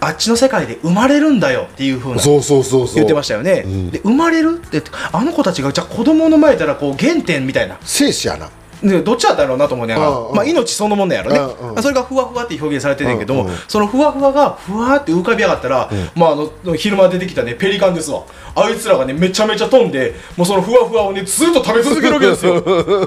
あっちの世界で生まれるんだよ」っていうふうな
そうそうそうそう
言ってましたよね、で生まれるってあの子たちがじゃあ子供の前やったらこう原点みたいな
生死 やな
でどっちだったんやろうなと思うねんな
うんうん
まあ、命そのもんなんやろね、
うんうん
それがふわふわって表現されてんねんけども、
うんうん
そのふわふわがふわーって浮かび上がったら、まあ、あの昼間出てきたねペリカンですわあいつらがねめちゃめちゃ飛んでもうそのふわふわをねずっと食べ続けるわけです よ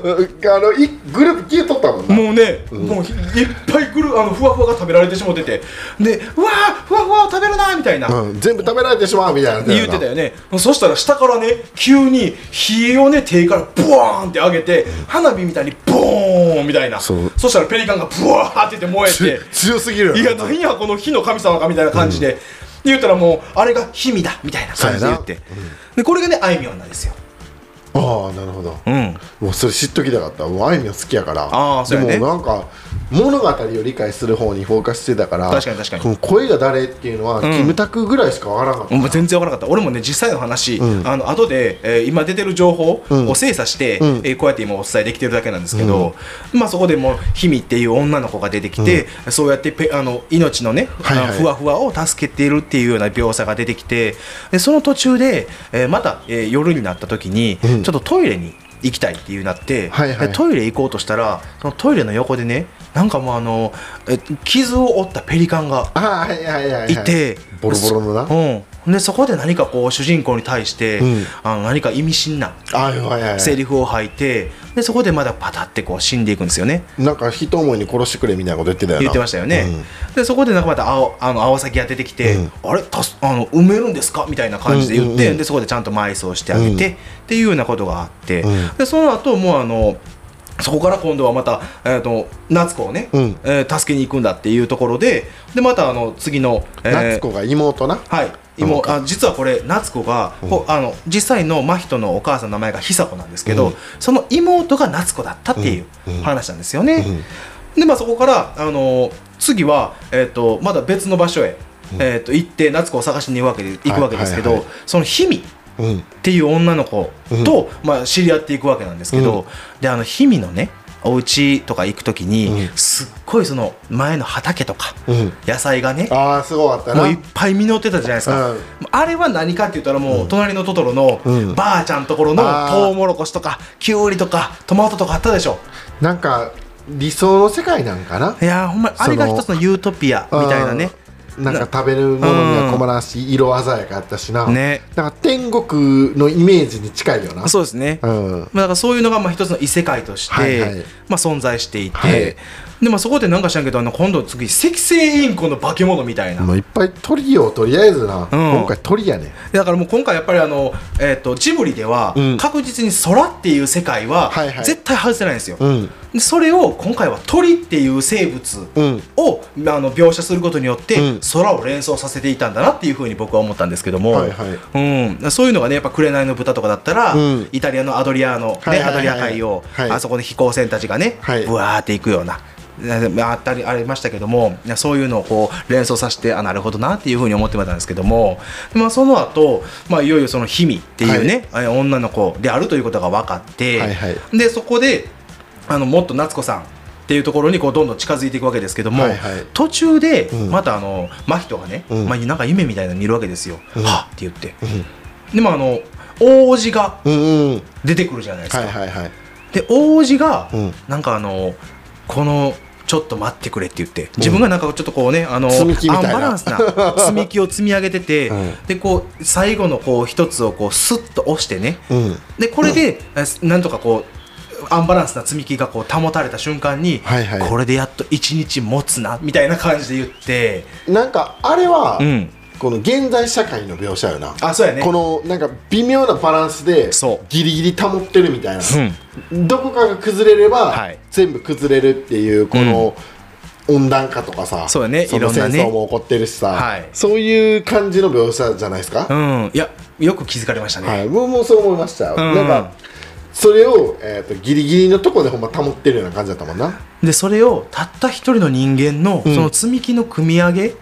あのいグループ消えとったもんな
もうね、もうひいっぱい来るあのふわふわが食べられてしまっててでうわーふわふわを食べるなーみたいな、
うん、全部食べられてしまうみたいな
言ってたよねそしたら下からね急に火をね手からブワーンって上げて花火みたいにボーンみたいな
そう
したらペリカンがブワーってって燃
つ
え
強すぎるよ
ていや何やこの火の神様かみたいな感じで、言ったらもうあれが「氷見だ」みたいな感じで言って、でこれがねあいみょんなんですよ
ああなるほど
うん
もうそれ知っときたかったもうあいみょん好きやから
あーそうやね
でもなんか物語を理解する方にフォーカスしてたから
確かに確かに
この声が誰っていうのは、キムタクぐらいしかわからなかった、
もう全然わからなかった俺もね実際の話、あの後で、えー今出てる情報を精査して、えーこうやって今お伝えできてるだけなんですけど、まあ、そこでもうひみっていう女の子が出てきて、そうやってペあの命のね、
はいはい
あのふわふわを助けているっていうような描写が出てきてでその途中で、えーまた、えー夜になった時に、
うん
ちょっとトイレに行きたいっていうなって、
はいはい
でトイレ行こうとしたらそのトイレの横でねなんかもうあの、え傷を負ったペリカンが
ああはいはいはい、はい、
いて
ボロボロのな、
うん、でそこで何かこう主人公に対して、
うん
あの何か意味深な
はいはいはい
セリフを吐いてでそこでまだパタってこう死んでいくんですよね
なんか一思いに殺してくれみたいなこと言ってたよな
言ってましたよね、でそこでなんかまた青あの青崎が出てきて、
うん
あれたすあの埋めるんですかみたいな感じで言って、
うんうんうん
でそこでちゃんと埋葬してあげて、
うん
っていうようなことがあって、
うん
でその後もうあのそこから今度はまた、えー、と夏子をね、
うん
えー助けに行くんだっていうところででまたあの次の、えー
夏子が妹な、
はい
なん
今
か
あ実はこれ夏子が、こうあの実際の真人のお母さんの名前が久子なんですけど、
うん
その妹が夏子だったっていう
うんうん
話なんですよね。
うん
でまあそこからあの次は、えー、とまだ別の場所へ、えー、と行って夏子を探しに行くわけで行くわけですけど、
はいはい
その氷見
うん、
っていう女の子と、まあ、知り合っていくわけなんですけど、
うん
であの氷見のねお家とか行く時に、
うん
すっごいその前の畑とか、
うん
野菜がね
ああすごかった
も
な
ういっぱい実ってたじゃないですか、
うん
あれは何かって言ったらもう、隣のトトロの、
うん
ばあちゃんところの
あー
トウモロコシとかきゅうりとかトマトとかあったでしょ
なんか理想の世界なんかない
やーほんまにあれが一つのユートピアみたいなね
うんなんか食べるものには困らんし、色鮮やかやったしな、
ね
なんか天国のイメージに近いよな
そうですね、
う
ま
ん
あ、だからそういうのがまあ一つの異世界として、
はいはい
まあ、存在していて、
はい
でまあ、そこでなんか知らんけどあの今度次赤星インコの化け物みたいな、
もういっぱい鳥よとりあえずな、今回鳥やね
だからもう今回やっぱりあの、えー、とジブリでは
うん
確実に空っていう世界は
はいはい
絶対外せないんですよ、
うん
でそれを今回は鳥っていう生物
うん
を、あの描写することによって、
うん
空を連想させていたんだなっていうふうに僕は思ったんですけども、
はいはい
うん、そういうのがねやっぱ「紅の豚」とかだったら、
うん
イタリアのアドリアの、ね
はいはいはい
アドリア海を、
はい
あそこで飛行船たちがね、
はい
ぶわーっていくような。あったりありましたけどもいやそういうのをこう連想させてあなるほどなっていうふうに思ってたんですけども、まあ、その後、まあいよいよその氷見っていうね、え女の子であるということが分かって、
はいはい
でそこであのもっと夏子さんっていうところにこうどんどん近づいていくわけですけども、
はいはい
途中で
うん
またあの、真人がね、
うん
まあ、なんか夢みたいなのにいるわけですよ、
うん
はっって言って、でもあの王子が
うんうん
出てくるじゃないですか、
はいはいはい
で王子が、
うん
なんかあのこのちょっと待ってくれって言って自分がなんかちょっとこうねあの
積み木み
ア
た
ン
いな
バランス な積み木を積み上げてて、
うん
でこう最後のこう一つをこうスッと押してね
うん
でこれで、えなんとかこうアンバランスな積み木がこう保たれた瞬間に、
はいはい
これでやっと1日持つなみたいな感じで言って、
なんかあれは、
うん、
この現代社会の描写よな
あそうやね
このなんか微妙なバランスで
そう
ギリギリ保ってるみたいな、
うん
どこかが崩れれば、
はい
全部崩れるっていうこの、温暖化とかさ
そうやね
の
いろんな
戦
ね
争も起こってるしさ、
はい
そういう感じの描写じゃないですか、
うん、いやよく気づかれましたね、
はい、僕もそう思いましたよ、
ん
なんかそれを、えー、とギリギリのとこでほんま保ってるような感じだったもんな
でそれをたった一人の人間のそ
ん
の積み木の組み上げ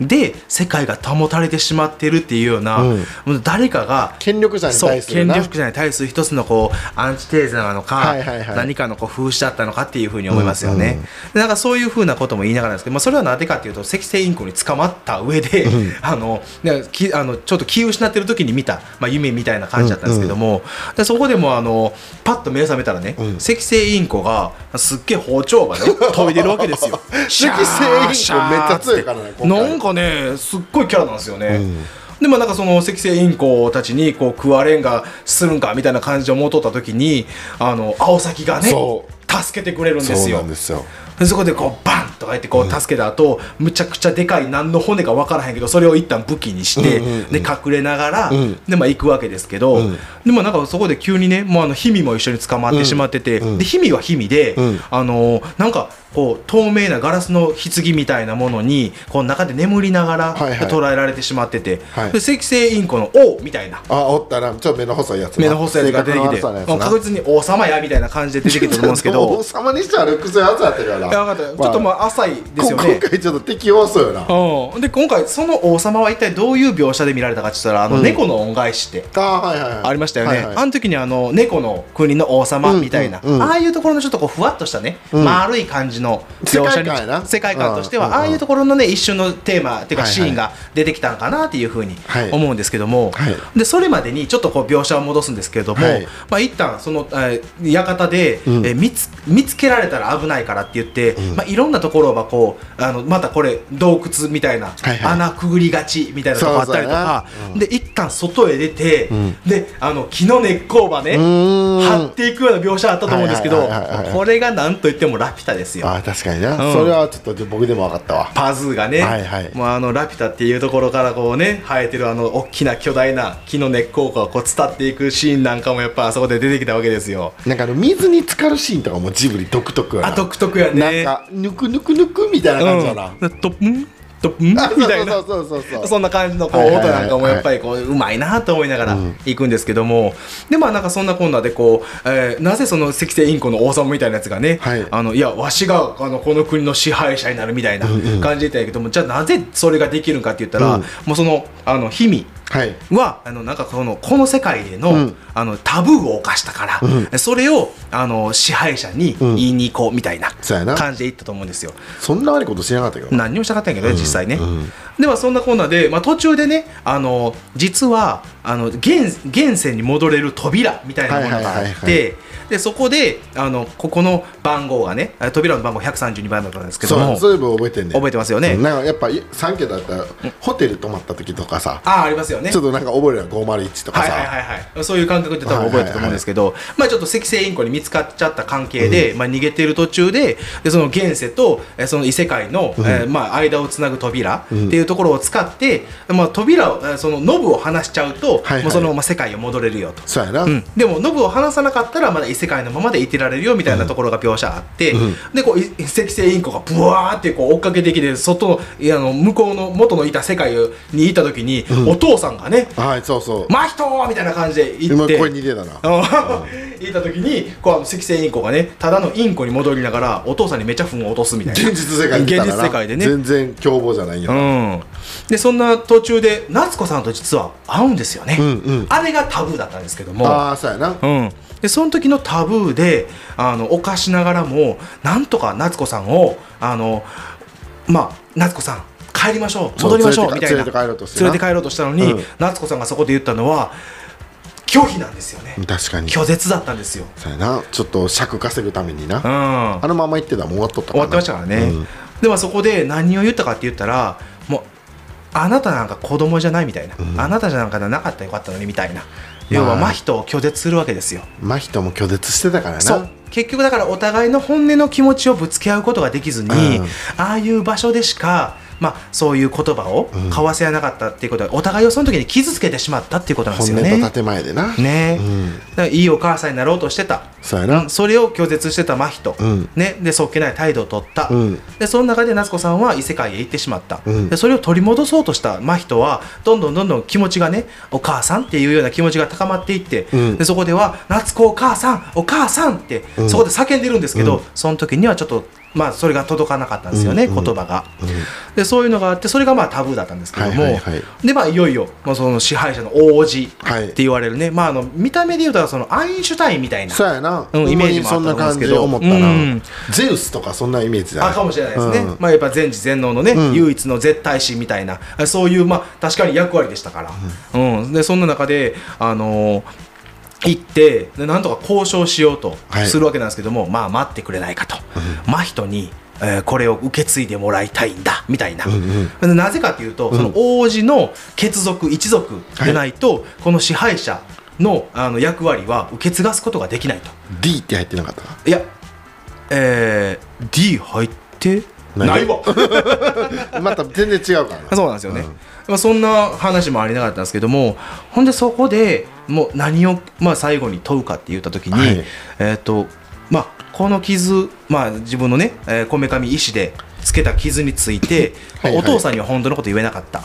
で世界が保たれてしまってるっていうような、
うん
もう誰かが
権力者に
そう
対する
権
な
力者に対する一つのこうアンチテーゼなのか、
はいはいはい
何かのこう風刺だったのかっていうふうに思いますよ
うん
ね
う、ん
でなんかそういうふうなことも言いながらなんですけど、まあ、それはなぜかっていうと赤星インコに捕まった上で、 あのねきあのちょっと気を失ってる時に見た、まあ、夢みたいな感じだったんですけども、でそこでもあのパッと目覚めたらね、
ん
赤星インコがすっげえ包丁がね飛び出るわけです よ。赤
星インコめっちゃ強いからね今回
なんかねすっごいキャラなんですよね、
ん
でもなんかその赤星インコたちにこう食われんがするんかみたいな感じで思うとった時にあの青崎がね
そう
助けてくれるんで
そ
す
うな
よ
んですよ
でそこでこうバンとか言ってこう助けた後、むちゃくちゃでかい何の骨か分からへんけどそれを一旦武器にして、
うんうんうん
で隠れながら、
ん
でまあ行くわけですけど、
うん
でもなんかそこで急にねもうあの氷見も一緒に捕まってしまってて、
うん
で氷見は氷見で、
うん
あのーなんかこう透明なガラスの棺みたいなものにこう中で眠りながら
はいはい
捉えられてしまってて、
はい
で赤星インコの王みたいな
あおったなちょっと目の細いやつな
目の細いやつが出てき
性
て
格の悪さ
も
のや
う
つな
確実に王様やみたいな感じで出てきたと思うんですけ
王
ど
様にしてはルックスやつやってるから
いや分かったちょっとまあ浅いですよ
こ
ね
今回ちょっと敵多そうよなあ
うん、で今回その王様は一体どういう描写で見られたかって言ったらあの猫の恩返しって
あはいはい、はい、
ありましたよね、
はいはい
あの時にあの猫の国の王様みたいな、
うんうんうん
ああいうところのちょっとこうふわっとしたね、
うん
丸い感じの描写
世界
に
観やな
世界観としては、
うんうんうん
ああいうところのね一瞬のテーマっていうか
はいはい
シーンが出てきたのかなっていうふうに
はい
思うんですけども、
はい
でそれまでにちょっとこう描写を戻すんですけれども、
はい
まあ一旦その、えー館で、
うん
えー見つ見つけられたら危ないからって言って、
ん
まあ、いろんなところはこうあのまたこれ洞窟みたいな、
はいはい
穴くぐりがちみたいなとこあったりとか
そうそうやなうん
で一旦外へ出て、
ん
であの木の根っこばね
うーん
張っていくような描写あったと思うんですけ
は
ど
いはいはいはいはい
これがなんといってもラピュタですよ。
あ確かにな、
うん
それはちょっと僕でも分かったわ
パズーがね、
はいはい
もうあのラピュタっていうところからこうね生えてるあの大きな巨大な木の根っこをこう伝っていくシーンなんかもやっぱあそこで出てきたわけですよ。
なんかあの水に浸かるシーンとかもジブリ独特やな
あ独特やね。
なんかぬくぬくぬくみたいな感じだな、
うん、トップントップンみ
あそう
たいな。
そうそうそうそう
そんな感じのこう
はい
音
はいはい
なんかもやっぱりこううまいなと思いながら
うん
行くんですけどもでまあなんかそんなこんなでこうえーなぜその赤星インコの王様みたいなやつがね
はい
あのいやわしがあのこの国の支配者になるみたいな
うんうん
感じで言ったんやけどもじゃあなぜそれができるのかって言ったら
うん
もうそのあの氷見
はい
はあのなんかこのこの世界での,、
うん
あのタブーを犯したから、
う
それをあの支配者に
うん
言いに行こうみたいな
そうやな
感じで行ったと思うんですよ。
そんな悪いことしなかったけどな
何にもしたかったんやけどね、実際ね、
うん
ではそんなこんなで、まあ、途中でねあの実はあの現現世に戻れる扉みたいなものがあって、
はいはいはいは
でそこであのここの番号がねあ扉の番号132番だったんですけど
そう
も
そういえば覚えてんね
覚えてますよね
うんなんかやっぱ3桁だったらホテル泊まった時とかさ
ああありますよね
ちょっとなんか覚えるな501とか
はい
さ、
はいはいはい、そういう感覚で多分覚えてると思うんですけど、まあ、ちょっと赤星インコに見つかっちゃった関係で、まあ、逃げてる途中ででその現世とえーその異世界の、えーまあ、間をつなぐ扉っていうところを使って、まあ、扉をえーそのノブを離しちゃうと、
はいはい
もうそのまま世界を戻れるよと。
そうやな、
うん、でもノブを離さなかったらまだ異世界のままでいてられるよみたいなところが描写あって、
うん
でこうい赤星インコがブワーってこう追っかけてきて外のいやあの向こうの元のいた世界にいた時に、お父さんがね
はいそうそう、
マヒトーみたいな感じで
今
行って。
これ似てたな
あの 行った時にこうあの赤星インコがねただのインコに戻りながらお父さんにめちゃ糞を落とすみたいな
現実世界にいた
現
らな
実世界でね
全然凶暴じゃないよ、
うんでそんな途中で夏子さんと実は会うんですよね、
うんうん
あれがタブーだったんですけども
ああそうやな、
うん、でその時のタブーであの犯しながらもなんとか夏子さんをあのまあ夏子さん帰りましょう
そう
戻りましょう
連
み
れ
た
て
いな
連れて帰ろうとしてな
連れて帰ろうとしたのに、
うん
夏子さんがそこで言ったのは拒否なんですよね
確かに
拒絶だったんですよ、
そうやなちょっと尺稼ぐためにな、
うん、終
あのまま行ってたらもう終わっとったか
わ
ら
ってましたからね、でもそこで何を言ったかって言ったらもうあなたなんか子供じゃないみたいな、あなたじゃなんかなかったらよかったのにみたいな要
ま
は
あ
真人を拒絶するわけですよ
うん、真人も拒絶してたからな
そう結局だからお互いの本音の気持ちをぶつけ合うことができずに、
うん
ああいう場所でしか、まあ、そういう言葉を交わせなかったっていうことは、お互いをその時に傷つけてしまったっていうことなん
本
ですよ
音
ね
と。建前でな、
ね
うん
だからいいお母さんになろうとしてた、
そうやな、
うんそれを拒絶してた真人、
うん
ね、でそっけない態度を取った、
うん
でその中で夏子さんは異世界へ行ってしまった、
うん
でそれを取り戻そうとした真人はどんどんどんどん気持ちがねお母さんっていうような気持ちが高まっていって、
うん
でそこでは「夏子お母さんお母さん」って、
ん
そこで叫んでるんですけど、
うん
その時にはちょっと、まあ、それが届かなかったんですよね、
うんうん
言葉が。でそういうのがあってそれがまあタブーだったんですけども、
はいはいはい
でまあいよいよ、まあ、その支配者の王子
はい
って言われるね、まあ、あの見た目で言うとそのアインシュタインみたいな
そうやな、
うんイメージも
そん
あ
な
っ
感
たと思うんです
じ
け
で
ど
思ったな、
うん
ゼウスとかそんなイメージだ
あかもしれないですね、
うん
まあ、やっぱ全知全能のね、
うん
唯一の絶対神みたいなあそういうまあ確かに役割でしたから、うんでそんな中で、あのー行ってでなんとか交渉しようと
はい
するわけなんですけども、まあ待ってくれないかと、真人に、えーこれを受け継いでもらいたいんだみたいな、
ん
でなぜかというと、その王子の血族一族でないと、この支配者のあの役割は受け継がすことができないと。
D って入ってなかったか
いや、えー、D 入って
ない
わ
また全然違うからな
そうなんですよね、
うん
まあ、そんな話もありなかったんですけどもほんでそこでもう何を、まあ、最後に問うかって言った時に、
はい
えっ、とまあ、この傷、まあ、自分のねこめかみ石でつけた傷について
はいはい
まあお父さんには本当のこと言えなかった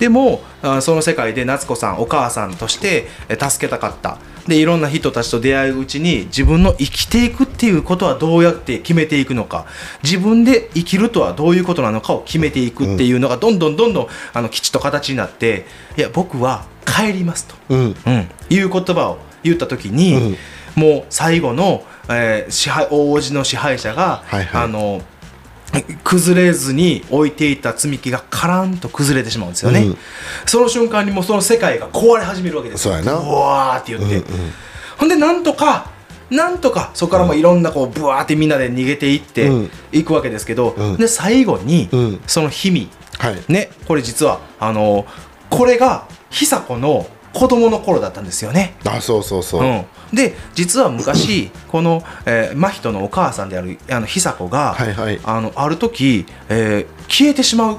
でもあその世界で夏子さんお母さんとしてえ助けたかったでいろんな人たちと出会ううちに自分の生きていくっていうことはどうやって決めていくのか自分で生きるとはどういうことなのかを決めていくっていうのがどんどんどんどんあのきちっと形になっていや僕は帰りますと。
うん
うん、いう言葉を言った時に、もう最後の、えー支配大叔父の支配者が、
はいはい
あの崩れずに置いていた積み木がカランと崩れてしまうんですよね、
うん
その瞬間にもうその世界が壊れ始めるわけですよ
そうやな
ブワーって言って、ほんでなんとかなんとかそこからもういろんなこうブワーってみんなで逃げていって
うん
いくわけですけど、
ん
で最後に、
うん
その氷見
はい
ね、これ実はあのこれが久子の子供の頃だったんですよね。
あそうそうそう、
うん、で実は昔この、えー、真人のお母さんであるあの久子が、
はいはい
あのある時、えー消えてしまう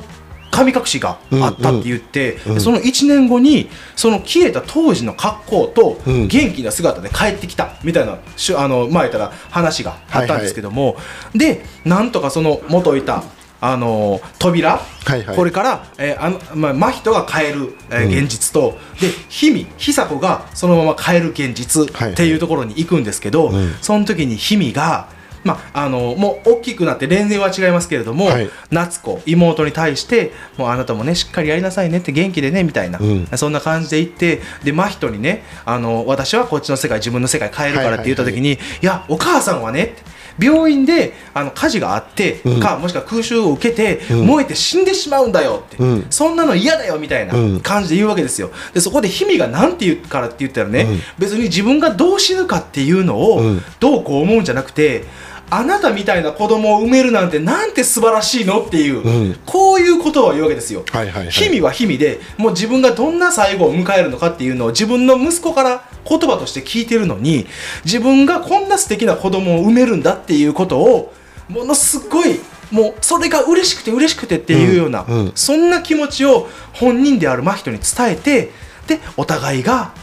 神隠しがあったって言って、
んうん
その1年後にその消えた当時の格好と
うん
元気な姿で帰ってきたみたいな、しゅあの前たら話があったんですけども、でなんとかその元いたあの扉、
はいはい
これから、えーあのまあ、真人が変える、えー現実と、で氷見久子がそのまま変える現実
はいはい
っていうところに行くんですけど、
うん
その時に氷見が、まあ、あのもう大きくなって年齢は違いますけれども、
はい
夏子妹に対してもうあなたもねしっかりやりなさいねって元気でねみたいな、
うん
そんな感じで言ってで真人にねあの私はこっちの世界自分の世界変えるからって言った時に、いやお母さんはねって病院であの火事があって、
ん
かもしくは空襲を受けて、
ん
燃えて死んでしまうんだよって、
うん
そんなの嫌だよみたいな
うん
感じで言うわけですよでそこで氷見が何て言うからって言ったらね、
うん
別に自分がどう死ぬかっていうのを
うん
どうこう思うんじゃなくて、あなたみたいな子供を産めるなんてなんて素晴らしいのっていう、
うん
こういうことを言うわけですよ。
はいはいはい
日々は日々でもう自分がどんな最後を迎えるのかっていうのを自分の息子から言葉として聞いてるのに自分がこんな素敵な子供を産めるんだっていうことをものすごいもうそれが嬉しくて嬉しくてっていうような、
うんうん
そんな気持ちを本人である真人に伝えてでお互いが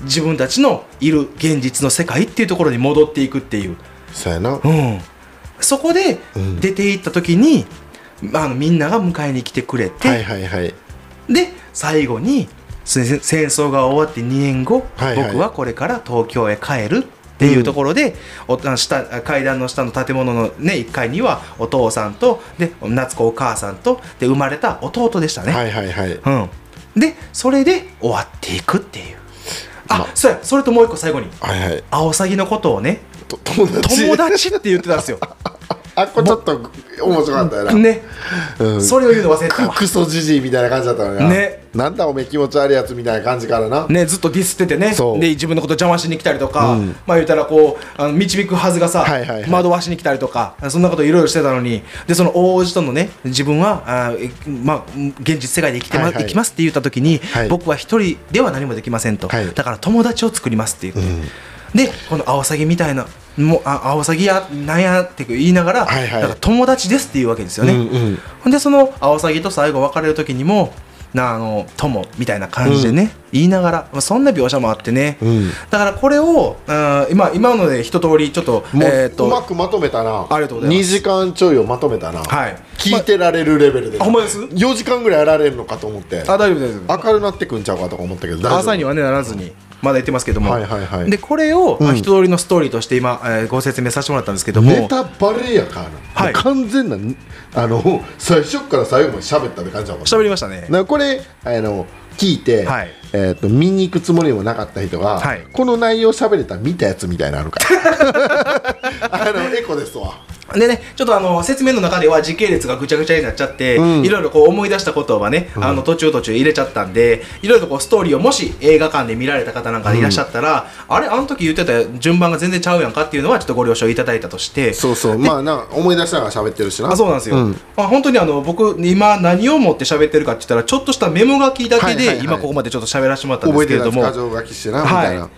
自分たちのいる現実の世界っていうところに戻っていくっていう。
そうやな、
うん、そこで
うん
出て行った時に、あのみんなが迎えに来てくれて、
はいはいはい
で最後にせ戦争が終わって2年後、
はいはい
僕はこれから東京へ帰るっていうところで、おあの下階段の下の建物の、ね、1階にはお父さんとで夏子お母さんとで生まれた弟でしたね。
はいはいはい
うん、でそれで終わっていくっていう。あ、
まあ
そうやそれともう一個最後に
はいはい
アオサギのことをね
と友達
友達って言ってたんですよ。
あこれちょっと面白かったよな、
ね、
うん、
それを言うの忘れてた
ク
わ
クソじじいみたいな感じだったのよな
ね
なんだおめえ気持ち悪いやつみたいな感じからな、
ね、ずっとディスっててね
そう
で自分のこと邪魔しに来たりとか、
うん
まあ言ったらこうあの導くはずがさ、
はいはいはい
惑わしに来たりとかそんなこといろいろしてたのにでその王子とのね自分はあー、えまあ、現実世界で生きてま、
はいはい
生きますって言った時に、
はい
僕は一人では何もできませんと、
はい
だから友達を作りますって言って、でこのアオサギみたいなもうあアオサギやなんやって言いながら,、
はいはい
だから友達ですっていうわけですよね。
うんうん
ほんでそのアオサギと最後別れる時にも「なあの友」みたいな感じでね、言いながら、まあ、そんな描写もあってね、
うん
だからこれを、うん、今今ので一通りちょっと
もう
えーっと
うまくまとめたな
ありがとうございます
2時間ちょいをまとめたな、
はい
聞いてられるレベルで、
あほんまです
4時間ぐらいやられるのかと思って
あ大丈夫です
明るなってくんちゃうかとか思ったけど大丈夫
朝にはねならずにまだ言ってますけども、
はいはいはい
でこれを、まあ
うん
一通りのストーリーとして今、えーご説明させてもらったんですけども
ネタバレやからな、
はい
完全なあの最初から最後まで喋ったって感じだもんな
喋りましたね
なこれあの聞いて、
はい
えー、と見に行くつもりもなかった人が、
はい
この内容喋れたら見たやつみたいな のあるからあのエコですわ
でね、ちょっとあの説明の中では時系列がぐちゃぐちゃになっちゃって、
うん
いろいろこう思い出したことはね、あの途中途中入れちゃったんでいろいろこうストーリーをもし映画館で見られた方なんかいらっしゃったら、あれあの時言ってた順番が全然ちゃうやんかっていうのはちょっとご了承いただいたとして
そうそうまあな思い出しながら喋ってるしな
あそうなんですよ、
うん
まあ、本当にあの僕今何を持って喋ってるかって言ったらちょっとしたメモ書きだけ
はいはいは
で
い
今ここまでちょっと喋らせてもらったんで
覚
す
え
け
て
れ
た
ど
やつ
も
箇。条書きしてなみたいな、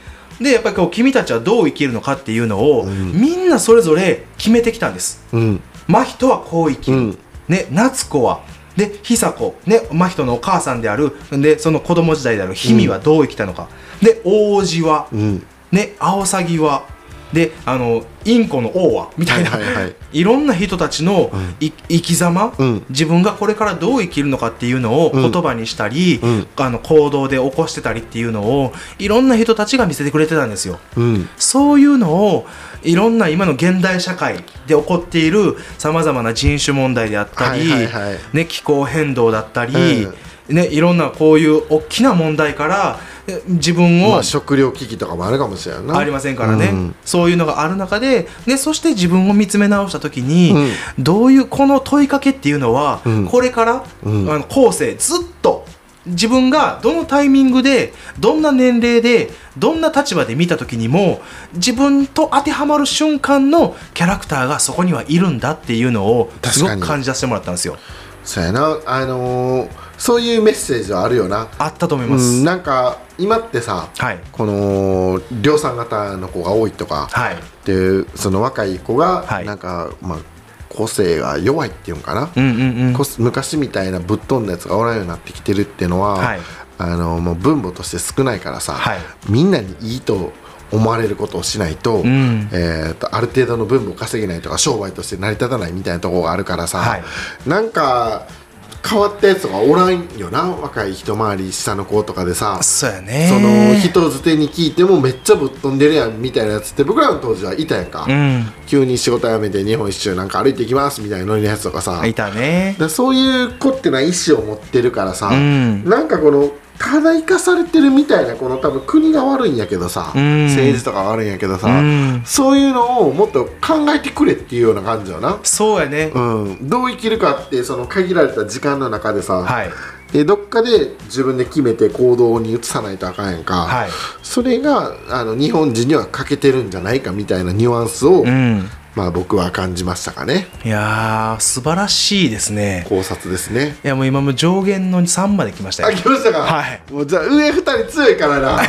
い、でやっぱりこう君たちはどう生きるのかっていうのを、みんなそれぞれ決めてきたんです。
うん
真人はこう生きる、
うん
ね、夏子はで久子、ね、真人のお母さんであるでその子供時代である氷見はどう生きたのか、で王子は、
ん
ね、アオサギはであのインコの王はみたいな、
はいいはいはい
ろんな人たちのい、生き様、
うん
自分がこれからどう生きるのかっていうのを
うん
言葉にしたり、
うん
あの行動で起こしてたりっていうのをいろんな人たちが見せてくれてたんですよ。
うん
そういうのをいろんな今の現代社会で起こっているさまざまな人種問題であったり、
はいはいはい
ね、気候変動だったり、
う
ね、いろんなこういう大きな問題からえ自分
ま
を
あ食料危機とかもあるかもしれないな
ありませんからね、
うん
そういうのがある中ででそして自分を見つめ直した時に、どういうこの問いかけっていうのは、
うん
これから、
うん
あの後世ずっと自分がどのタイミングでどんな年齢でどんな立場で見た時にも自分と当てはまる瞬間のキャラクターがそこにはいるんだっていうのを
確かに
すごく感じさせてもらったんですよ。
そうやなあのーそういうメッセージはあるよな
あったと思いま
う
す。
んなんか今ってさ
はい、
この量産型の子が多いとか
はい
っていうその若い子が
はい
なんか、まあ個性が弱いっていうんかな、
うんうんうん、
こ昔みたいなぶっ飛んだやつがおらんようになってきてるっていうのは、
はい
あのもう分母として少ないからさ、
はい
みんなにいいと思われることをしないと,、
ん
えーとある程度の分母を稼げないとか商売として成り立たないみたいなところがあるからさ、
はい
なんか変わったやつがおらんよな若い一回り下の子とかでさ。
そうやね
その人づてに聞いてもめっちゃぶっ飛んでるやんみたいなやつって僕らの当時はいたやんか、
うん
急に仕事辞めて日本一周なんか歩いていきますみたいなノリのやつとかさ、
いたね
だそういう子ってのは意思を持ってるからさ、
うん
なんかこの課題化されてるみたいなこの多分国が悪いんやけどさ、
うん
政治とか悪いんやけどさ、
うん
そういうのをもっと考えてくれっていうような感じよな、
そうやね、
うん、どう生きるかってその限られた時間の中でさ、
はい
でどっかで自分で決めて行動に移さないとあかんやんか、
はい
それがあの日本人には欠けてるんじゃないかみたいなニュアンスを、
うん
まあ僕は感じましたかね
いやー素晴らしいですね
考察ですね
いやもう今もう上限の3まで来ました
あ
よ
来ましたか
はい
もうじゃあ上二人強いから な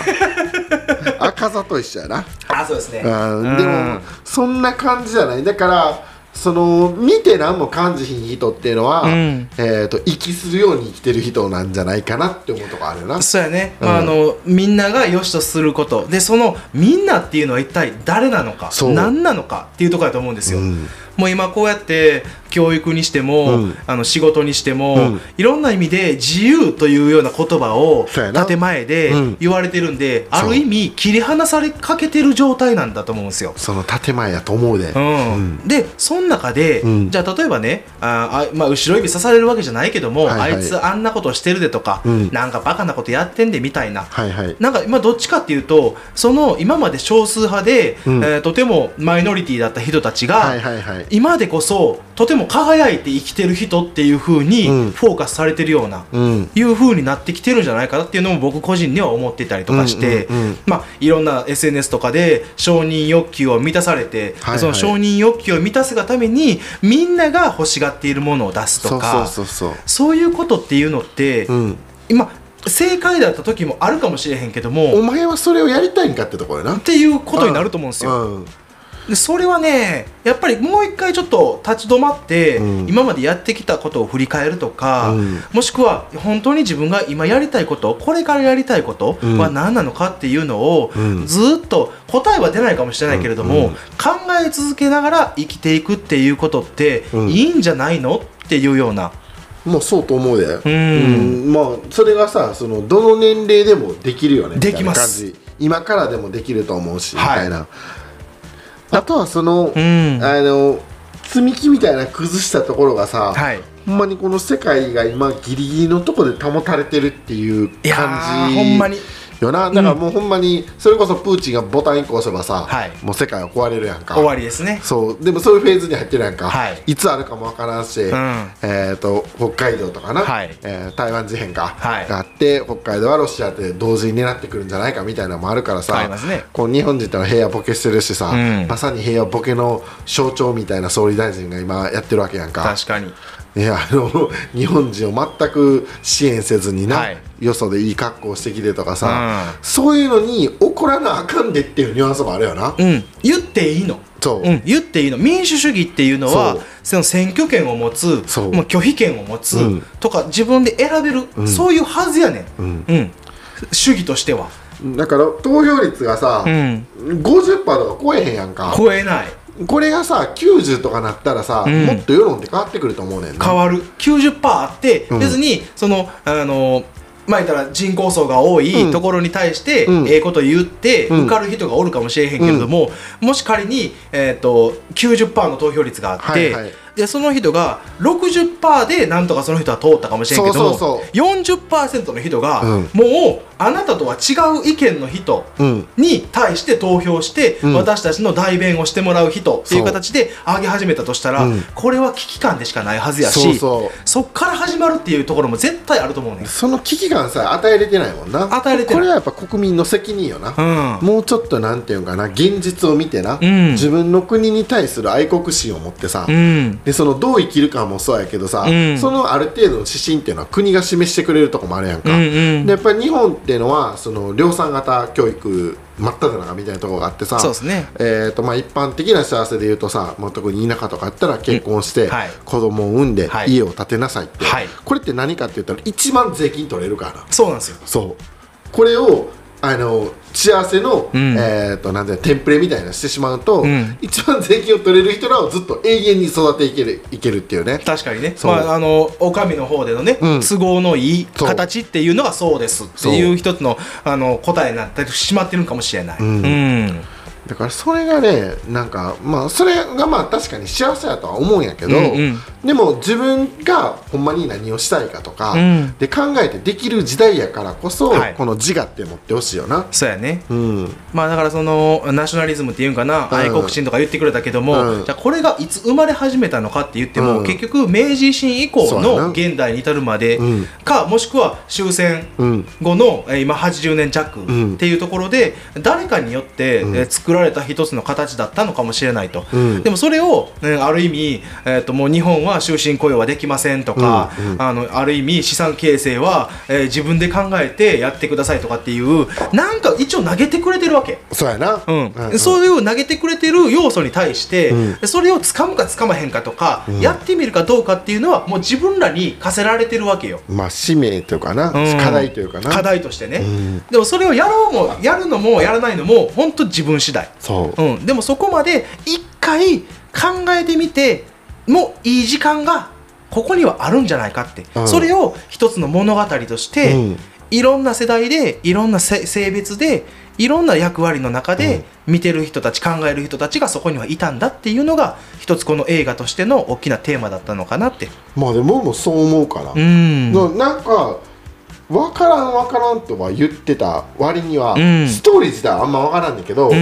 赤座と一緒やな
あそうですね
うんでもそんな感じじゃないだからその見て何も感じひん人っていうのは、
うん
えー、と息するように生きてる人なんじゃないかなって思うとこあるよな
そうやね、
うん
あのみんなが良しとすることでそのみんなっていうのは一体誰なのか
そう
何なのかっていうところだと思うんですよ、
うん
もう今こうやって教育にしても、
うん
あの仕事にしても、
うん
いろんな意味で自由というような言葉を
そうやな
建前で
うん
言われてるんで、あ
そう
る意味切り離されかけてる状態なんだと思うんですよ
その建前やと思うで、
うんでその中で、
うん
じゃあ例えばねあーあ、まあ、後ろ指さされるわけじゃないけども、
はいはい
あいつあんなことしてるでとか、
うん
なんかバカなことやってんでみたいな。
はいはい
なんか今どっちかっていうとその今まで少数派で、
うん
えーとてもマイノリティだった人たちが、
はいはいはい
今でこそとても輝いて生きてる人っていう風に
うん
フォーカスされてるような、
うん
いう風になってきてるんじゃないかなっていうのも僕個人では思ってたりとかして、
うんうんうん
まあ、いろんな SNS とかで承認欲求を満たされて、
はいはい
その承認欲求を満たすがためにみんなが欲しがっているものを出す
そ
と
う
か
そうそうそう
そういうことっていうのって、
うん
今正解だった時もあるかもしれへんけど
お
もっ
前はそれをやりたいんかってところやな
ていうことになると思うんですよ。
ん
でそれはねやっぱりもう一回ちょっと立ち止まって、
うん
今までやってきたことを振り返るとか、
うん
もしくは本当に自分が今やりたいことこれからやりたいことは何なのかっていうのを、
うん
ずっと答えは出ないかもしれないけれども、
うんうん
考え続けながら生きていくっていうことって
うん
いいんじゃないのっていうような。
もうそうと思うで、
ん
うんまあそれがさそのどの年齢でもできるよね
できます
みたいな感じ今からでもできると思うし、
は
みた
い
いなあとはその、
うん
あの積み木みたいな崩したところがさ、
はい
ほんまにこの世界が今ギリギリのとこで保たれてるっていう
いやー
感じ
ほんまに
よなだからもうほんまにそれこそプーチンがボタン1個押せばさ、
はい
もう世界は壊れるやんか
終わりですね。
そうでもそういうフェーズに入ってるやんか、
はい
つあるかもわからんし、
ん
えー、と北海道とかな、
はい
えー台湾事変か、
はい
があって北海道はロシアって同時に狙ってくるんじゃないかみたいなのもあるからさ
ありますね
こう日本人ってのは平和ボケしてるしさ、
うん
まさに平和ボケの象徴みたいな総理大臣が今やってるわけやんか。
確かに。
ね、あの日本人を全く支援せずにな、
はい
よそでいい格好をしてきてとかさ、
う
そういうのに怒らなあかんでっていうニュアンスもあるよな。
うん、言っていいの、
そうん
言っていいの民主主義っていうのは
そう
その選挙権を持つ
そう
もう拒否権を持つ、
うん
とか自分で選べる、そういうはずやねん、うん主義としては
だから投票率がさ、
うん
50%とか超えへんやんか
超えない
これがさ90とかなったらさ、
ん
もっと世論って変わってくると思うねんな
変わる90%あって、
うん
別にそのあのまあ言ったら人口層が多
う
い
ん
ところに対して、
うん
ええこと言って、
うん
受かる人がおるかもしれへんけれども、もし仮に、えー、と90%の投票率があって、
はいはい
でその人が60%でなんとかその人は通ったかもしれんけども
そうそう
40%の人が、
うん
もうあなたとは違う意見の人
うん
に対して投票して、
うん
私たちの代弁をしてもらう人っていう形で上げ始めたとしたら、
うん
これは危機感でしかないはずやし
そうそう
そっから始まるっていうところも絶対あると思うねん
その危機感さ与えれてないもんな
与えれてない
これはやっぱ国民の責任よな、
うん
もうちょっとなんていうんかな現実を見てな、
うん
自分の国に対する愛国心を持ってさ、
うん
でそのどう生きるかもそうやけどさ、
うん
そのある程度の指針っていうのは国が示してくれるとこもあるやんか、
うんうん
でやっぱり日本っていうのはその量産型教育真っ只中みたいなところがあってさ
そうですね
えーとまあ、一般的な幸せで言うとさ、まあ、特に田舎とかやったら結婚して、
うんはい
子供を産んで
はい
家を建てなさいって、
はい
これって何かって言ったら一番税金取れるからな
そうなんですよ
そうこれをあの幸せの、
うん
えー、となんていうのテンプレみたいなのしてしまうと、
うん
一番税金を取れる人らをずっと永遠に育ていけるいけるっていうね
確かにね、
そう
まあ、あのお上の方でのね、
うん
都合のいい
そう
形っていうのがそうですっていう一つのあの答えになってしまってるんかもしれない、
ん
うん
だからそれがねなんかまあそれがまあ確かに幸せだとは思うんやけど、
うんうん
でも自分がほんまに何をしたいかとか、
うん
で考えてできる時代やからこそ、
はい
この自我って持ってほしいよな。
そうやね
うん、
まあだからそのナショナリズムっていうんかな、
うん
愛国心とか言ってくれたけども、
うん
じゃあこれがいつ生まれ始めたのかって言っても、
うん
結局明治維新以
そ
降
うやな
の現代に至るまで
うん
かもしくは終戦
うん
後の、えー今80年弱
ん
っていうところで、誰かによって、えー作られた一つの形だったのかもしれないと、
うん
でもそれを、うんある意味、えー、ともう日本は終身雇用はできませんとか、
うんうん
あのある意味資産形成は、えー自分で考えてやってくださいとかっていうなんか一応投げてくれてるわけ。
そうやな、
うん
ん
そういう投げてくれてる要素に対して、
う
それを掴むか掴まへんかとか、やってみるかどうかっていうのはもう自分らに課せられてるわけよ。
まあ使命というかな、
うん
課題というかな
課題としてね、
ん
でもそれをやろうもやるのもやらないのも本当自分次第、
そう、
うん、でもそこまで一回考えてみてもういい時間がここにはあるんじゃないかって、
うん
それを一つの物語として、
うん
いろんな世代でいろんなせ性別でいろんな役割の中で見てる人たち、考える人たちがそこにはいたんだっていうのが一つこの映画としての大きなテーマだったのかなって。
まあでも僕もそう思うから、
うん
のなんか分からん分からんとは言ってた割には、
うん
ストーリー自体はあんま分からんねんけど、
ん
メ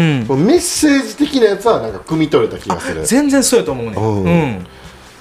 ッセージ的なやつはなんか汲み取れた気
あ
がする
全然そうやと思うね、
うん
うん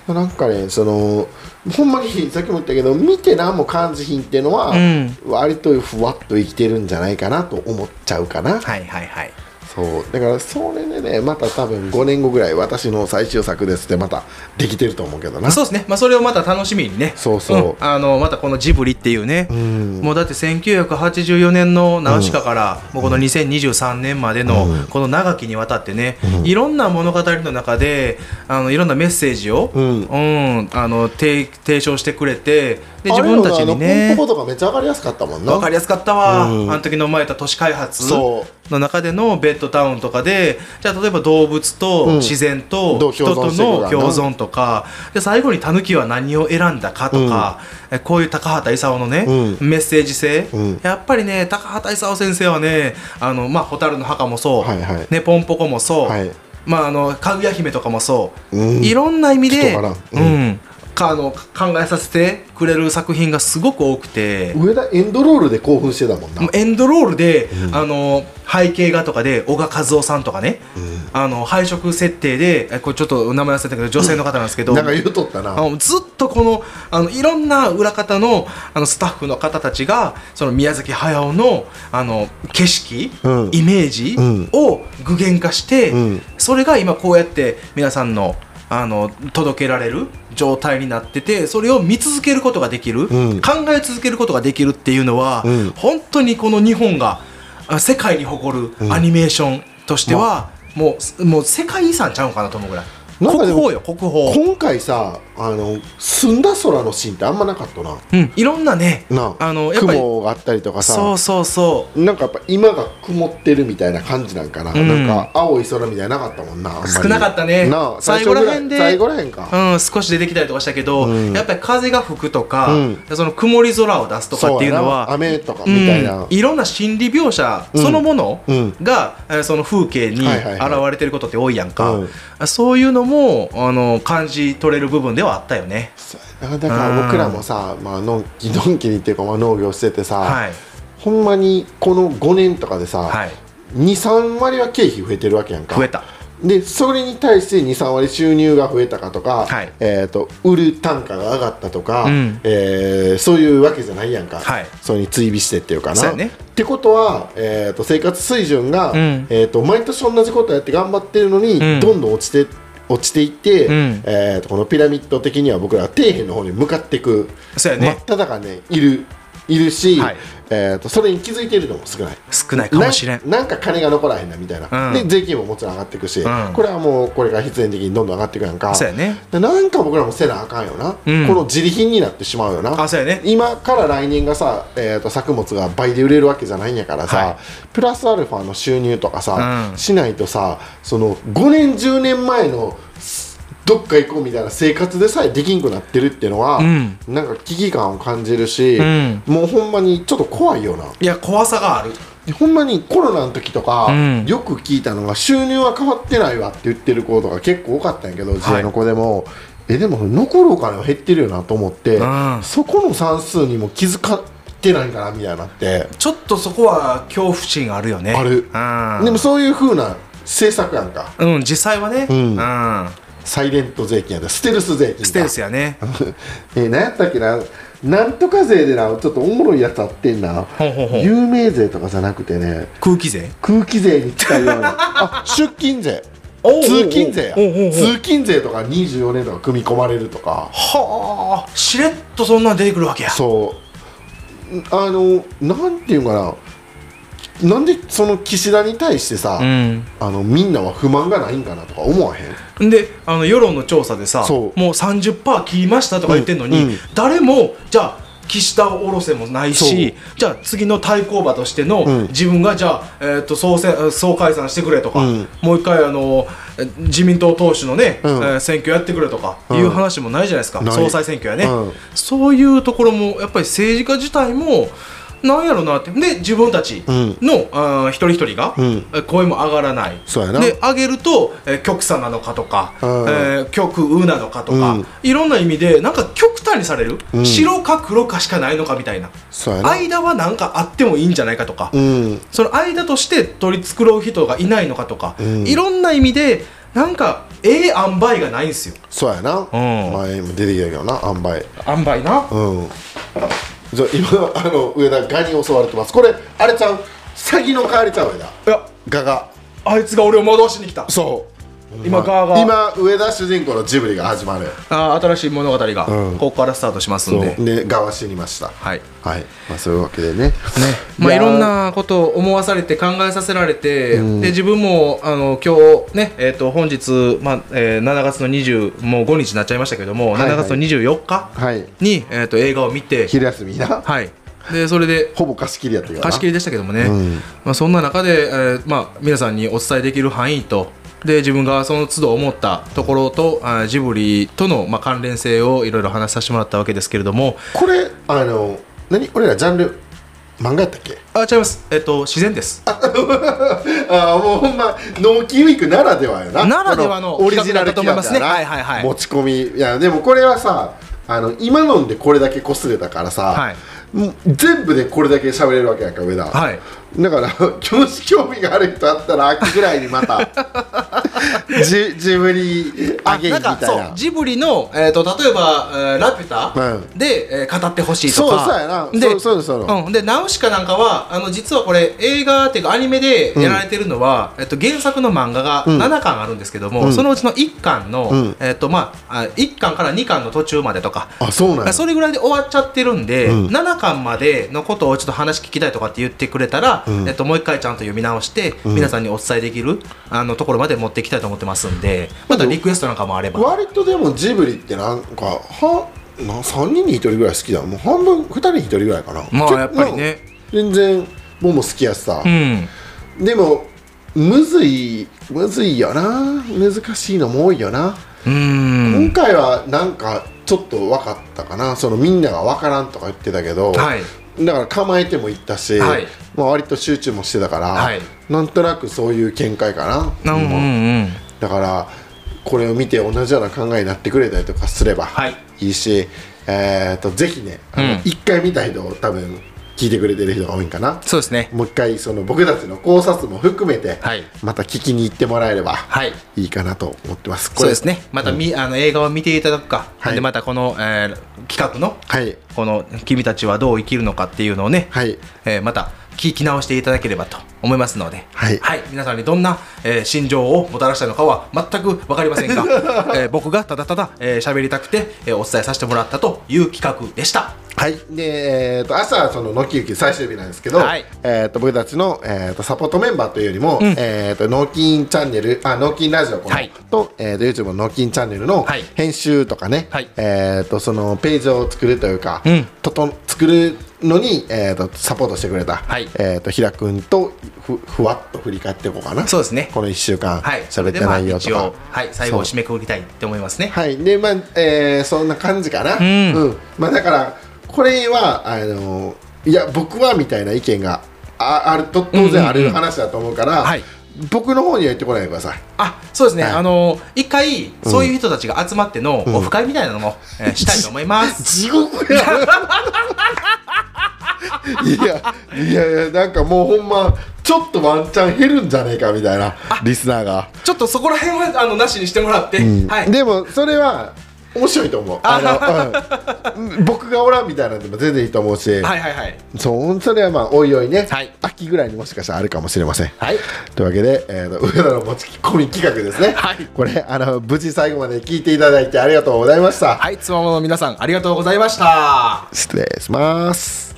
なんかねそのほんまにさっきも言ったけど見て何も感じひんっていうのは、
うん
割とふわっと生きてるんじゃないかなと思っちゃうかな、
はいはいはい
そうだからそれでねまた多分5年後ぐらい私の最終作ですってまたできてると思うけどな
そうですね、まあ、それをまた楽しみにね
そうそうん
あのまたこのジブリっていうね、
ん
もうだって1984年のナウシカから、もうこの2023年までの
うん
この長きにわたってね、いろんな物語の中であのいろんなメッセージを、
うん
うんあの提提唱してくれてで
あ
自
れも
分たちに
あの
ね
ポンポコとかめっちゃ分かりやすかったもんな
分かりやすかったわ、
うん
あの時の生まれた都市開発
そ
の中でのベッドタウンとかでじゃあ例えば動物
うん
と自然
どう
と人
共
と
存していくかな
の共存とか、で最後にタヌキは何を選んだかとか、えこういう高畑勲のね、
う
メッセージ性、
うん
やっぱりね高畑勲先生はね「あのまあ、蛍の墓」もそう、
はいはい
ね「ポンポコ」もそう、
はい
まあ、あのかぐや姫とかもそう、
うん
いろんな意味
ち
で
ょっとわか
う
らんうん
んかあの考えさせてくれる作品がすごく多くて。
上田エンドロールで興奮してたもんな、
もうエンドロールで、あの背景画とかで小賀和夫さんとかね、あの配色設定でえこれちょっとお名前忘れたけど女性の方なんですけど、
なんか言うとった
あ
な
のずっとこのあのいろんな裏方のあのスタッフの方たちがその宮崎駿のあの景色、
うん
イメージ
うん
を具現化して、
うん
それが今こうやって皆さんのあの届けられる状態になっててそれを見続けることができる、
うん
考え続けることができるっていうのは、
うん
本当にこの日本があ世界に誇るアニメーションとしては、もうもう世界遺産ちゃうかなと思うぐらい。
なんか
国
でも
宝よ国宝
今回さあの澄んだ空のシーンってあんまなかったな
うんいろんなね
な
あのやっぱり
雲があったりとか
そ
さ
うそうそう
なんかやっぱ今が曇ってるみたいな感じなんかな、
ん
なんか青い空みたいなのなかったもんなあんまり
少なかったね
なあ
最後らへんで
最初ぐらい最後らへんか、
うん、少し出てきたりとかしたけど、
うん
やっぱり風が吹くとか、
うん
その曇り空を出すとかっていうの
そやな
は
雨とかみたいな、
うんいろんな心理描写そのもの
うん
が、えーその風景に
はい
現
はいはい
れてることって多いやんか、
うん
そういうのもあの感じ取れる部分ではあったよね。
そうやなだから僕らもさ、まあのんきのんきにっていうか、まあ、農業しててさ、
はい、
ほんまにこの5年とかでさ、
はい、
23割は経費増えてるわけやんか
増えた
でそれに対して23割収入が増えたかとか、
はい
えー、と売る単価が上がったとか、
うん
えーそういうわけじゃないやんか、
はい
それに追尾してっていうか
そう
な。
やね
ってことは、えー、と生活水準が、
うん
えー、と毎年同じことやって頑張ってるのに、
うん
どんどん落ちて落ちていって、
うん
えー、とこのピラミッド的には僕らは底辺の方に向かっていく、
そうや
真
ね
っ、只中ねいるいるし、
はい
えー、とそれに気づいてるのも少ない。
少ないかもしれん。
ななんか金が残らへんなみたいな、
うん
で税金ももちろん上がっていくし、
うん
これはもうこれが必然的にどんどん上がっていくやんか
そうやね
でなんか僕らもせなあかんよな、
うん
この自利品になってしまうよな
あそうやね
今から来年がさ、えー、と作物が倍で売れるわけじゃないんやからさ、
はい
プラスアルファの収入とかさ、
うん
しないとさその5年10年前のすどっか行こうみたいな生活でさえできんくなってるっていうのは、
うん
なんか危機感を感じるし、
うん
もうほんまにちょっと怖いよない
や怖さがある
ほんまにコロナの時とか、
うん
よく聞いたのが収入は変わってないわって言ってる子とか結構多かったんやけど自営の子でも、えでも残るお金は減ってるよなと思って、
うん
そこの算数にも気づかってないかなみたいになって、
ちょっとそこは恐怖心があるよね。
ある
うん、
でもそういう風な政策やんか
うん、実際はね、
うん
うん、
サイレント税金やでステルス税金か
ステルスやね。
え何やったっけななんとか税でなちょっとおもろいやつあってんな
ほうほうほう
有名税とかじゃなくてね
空気税
空気税に近いような あ出勤税
おうおうおう
通勤税や
おうおうおう
通勤税とか24年とか組み込まれるとか
はあしれっとそんなん出てくるわけや
そうんあのなんていうかななんでその岸田に対してさ、
ん
あのみんなは不満がないんかなとか思わへん
であの世論の調査でさ
そう
もう30%切りましたとか言ってんのに、
うんうん
誰もじゃあ岸田を下ろせもないしじゃあ次の対抗馬としての、
うん
自分がじゃあ、えー、と総選総解散してくれとか、
うん
もう一回あのえ自民党党首のね、
うん
えー選挙やってくれとかいう話もないじゃないですか、
ない
総裁選挙やね、
うん
そういうところもやっぱり政治家自体もなんやろなってで自分たちの、あー一人一人が、
うん
え声も上がらない
そうやな
で上げると、えー極左なのかとか、え
うん
ー極右なのかとか、
うん
いろんな意味でなんか極端にされる、
ん
白か黒かしかないのかみたいな
そうやな
間は何かあってもいいんじゃないかとか、
うん
その間として取り繕う人がいないのかとか、
うん
いろんな意味でなんかええ塩梅がないんですよ
そうやな、前も出てきたけどな塩梅
塩梅な
うんじゃあ今あの上田ガに襲われてますこれあれちゃう詐欺の代わりちゃう上田
いや
ガが
あいつが俺を戻しに来た
そう
今ガーガー
今上田主人公のジブリが始まる
あー新しい物語が、
うん
ここからスタートしますんで
でガは死にましたは
はい
い、まあ、そういうわけでねね
まあ、いろんなことを思わされて考えさせられて、
うん
で自分もあの今日ね、えー、と本日、まあえー7月の20もう5日になっちゃいましたけども、
はいはい
7月の24日
はい
に、えー、と映画を見て、
昼休みな
はい、でそれで
ほぼ貸し切りやったけどな
貸し切りでしたけどもね、
うん
まあ、そんな中で、えーまあ、皆さんにお伝えできる範囲とで自分がその都度思ったところとあージブリとの、まあ、関連性をいろいろ話させてもらったわけですけれども
これあの何俺らジャンル漫画やったっけ
あ違います、えー、と自然です。
ああもうほんま納期ウィークならではよな
ならではの
こオリジナル
企画だと思いますね
企画やな
はいはいはい
持ち込みいやでもこれはさあの今のんでこれだけこすれたからさ、
はい
もう全部でこれだけ喋れるわけやんか上田
はい
だから 興味興味がある人あったら秋ぐらいにま たジジブリアゲイン
な
みたい
んか
な
そうジブリの、えー、と例えば、えーラピュタ」
う
で、えー語ってほしいとか
そうそうやな
で
そうそうそうそ
んでナウシカなんかはあの実はこれ映画っていうかアニメでやられてるのは、えっと原作の漫画が
ん
7巻あるんですけども、
うん
そのうちの1巻の、
うん
えっとまあ、あ1巻から2巻の途中までとか
あそうなんや
それぐらいで終わっちゃってるんで、
うん
7巻までのことをちょっと話聞きたいとかって言ってくれたら、ら、えっと、もう一回ちゃんと読み直して、皆さんにお伝えできるあのところまで持っていきたいと思ってますんでまたリクエストなんかもあれば
割とでもジブリってなんかはな3人に1人ぐらい好きだもう半分2人に1人ぐらいかな
まあ
ちょ
やっぱりね
まあ全然もも好きやしさ
う、ん
でもむずいむずいよな難しいのも多いよな、
うん
今回はなんかちょっと分かったかなそのみんなが分からんとか言ってたけど、
はい
だから構えてもいったし、
はい
まあ、割と集中もしてたから、
はい
なんとなくそういう見解か
う
な、
んうんうん
だからこれを見て同じような考えになってくれたりとかすれば
はい
いいし、えー、とぜひねあ
うん
の、一1回見た人多分聞いてくれてる人が多いんかな
そうですね
もう一回その僕たちの考察も含めて、
はい
また聞きに行ってもらえれば
はい
いいかなと思ってます。
そうですねまたみ、あの映画を見ていただくか、
はい
でまたこの、えー企画の
はい
この「君たちはどう生きるのか」っていうのをね、
はい
えーまた聞き直していただければと思いますので、
はい
皆さんにどんな、えー心情をもたらしたのかは全く分かりま せんが、えー僕がただただ喋、えー喋りたくて、えーお伝えさせてもらったという企画でした。
はい、で、えー、と朝はそののきゆき最終日なんですけど、
はい
えー、と僕たちの、えー、とサポートメンバーというよりも、えー、と脳筋チャンネルあ脳筋ラジオこの、
はい
と,、えー、と YouTube の脳筋チャンネルの
はい
編集とかね、
はい
えー、とそのページを作るというか、
うん
ととん作るのに、えー、とサポートしてくれた、
はい
えー、と平くんとふふわっと振り返っていこうかな
そうですね
この1週間
はい、
喋ってないよと
でまあ
か、
一応はい、最後を締めくくりたいと思いますね。
はい、でまあ、えーそんな感じかな、
ん
まあ、だからこれはあのいや僕はみたいな意見がああると当然あ
うんうん
る
うん
話だと思うから、
はい
僕の方には言ってこないでください
あそうですね、
はい
あの一回そういう人たちが集まってのオフ会みたいなのも、えーしたいと思い ます。
地 獄やいやいやいやなんかもうほんまちょっとワンチャン減るんじゃねえかみたいなリスナーが、
ちょっとそこら辺はあのなしにしてもらって、
うん
はい、
でもそれは面白いと思うあの、うん僕がおらんみたいなんでも全然いいと思うし、
はいはいはい
そうそれはまあおいおいね、
はい
秋ぐらいにもしかしたらあるかもしれません。
はい
というわけで、えーと、上田の持ち込み企画ですね、
はい
これあの無事最後まで聞いていただいてありがとうございました、
はいつまもの皆さんありがとうございました
失礼します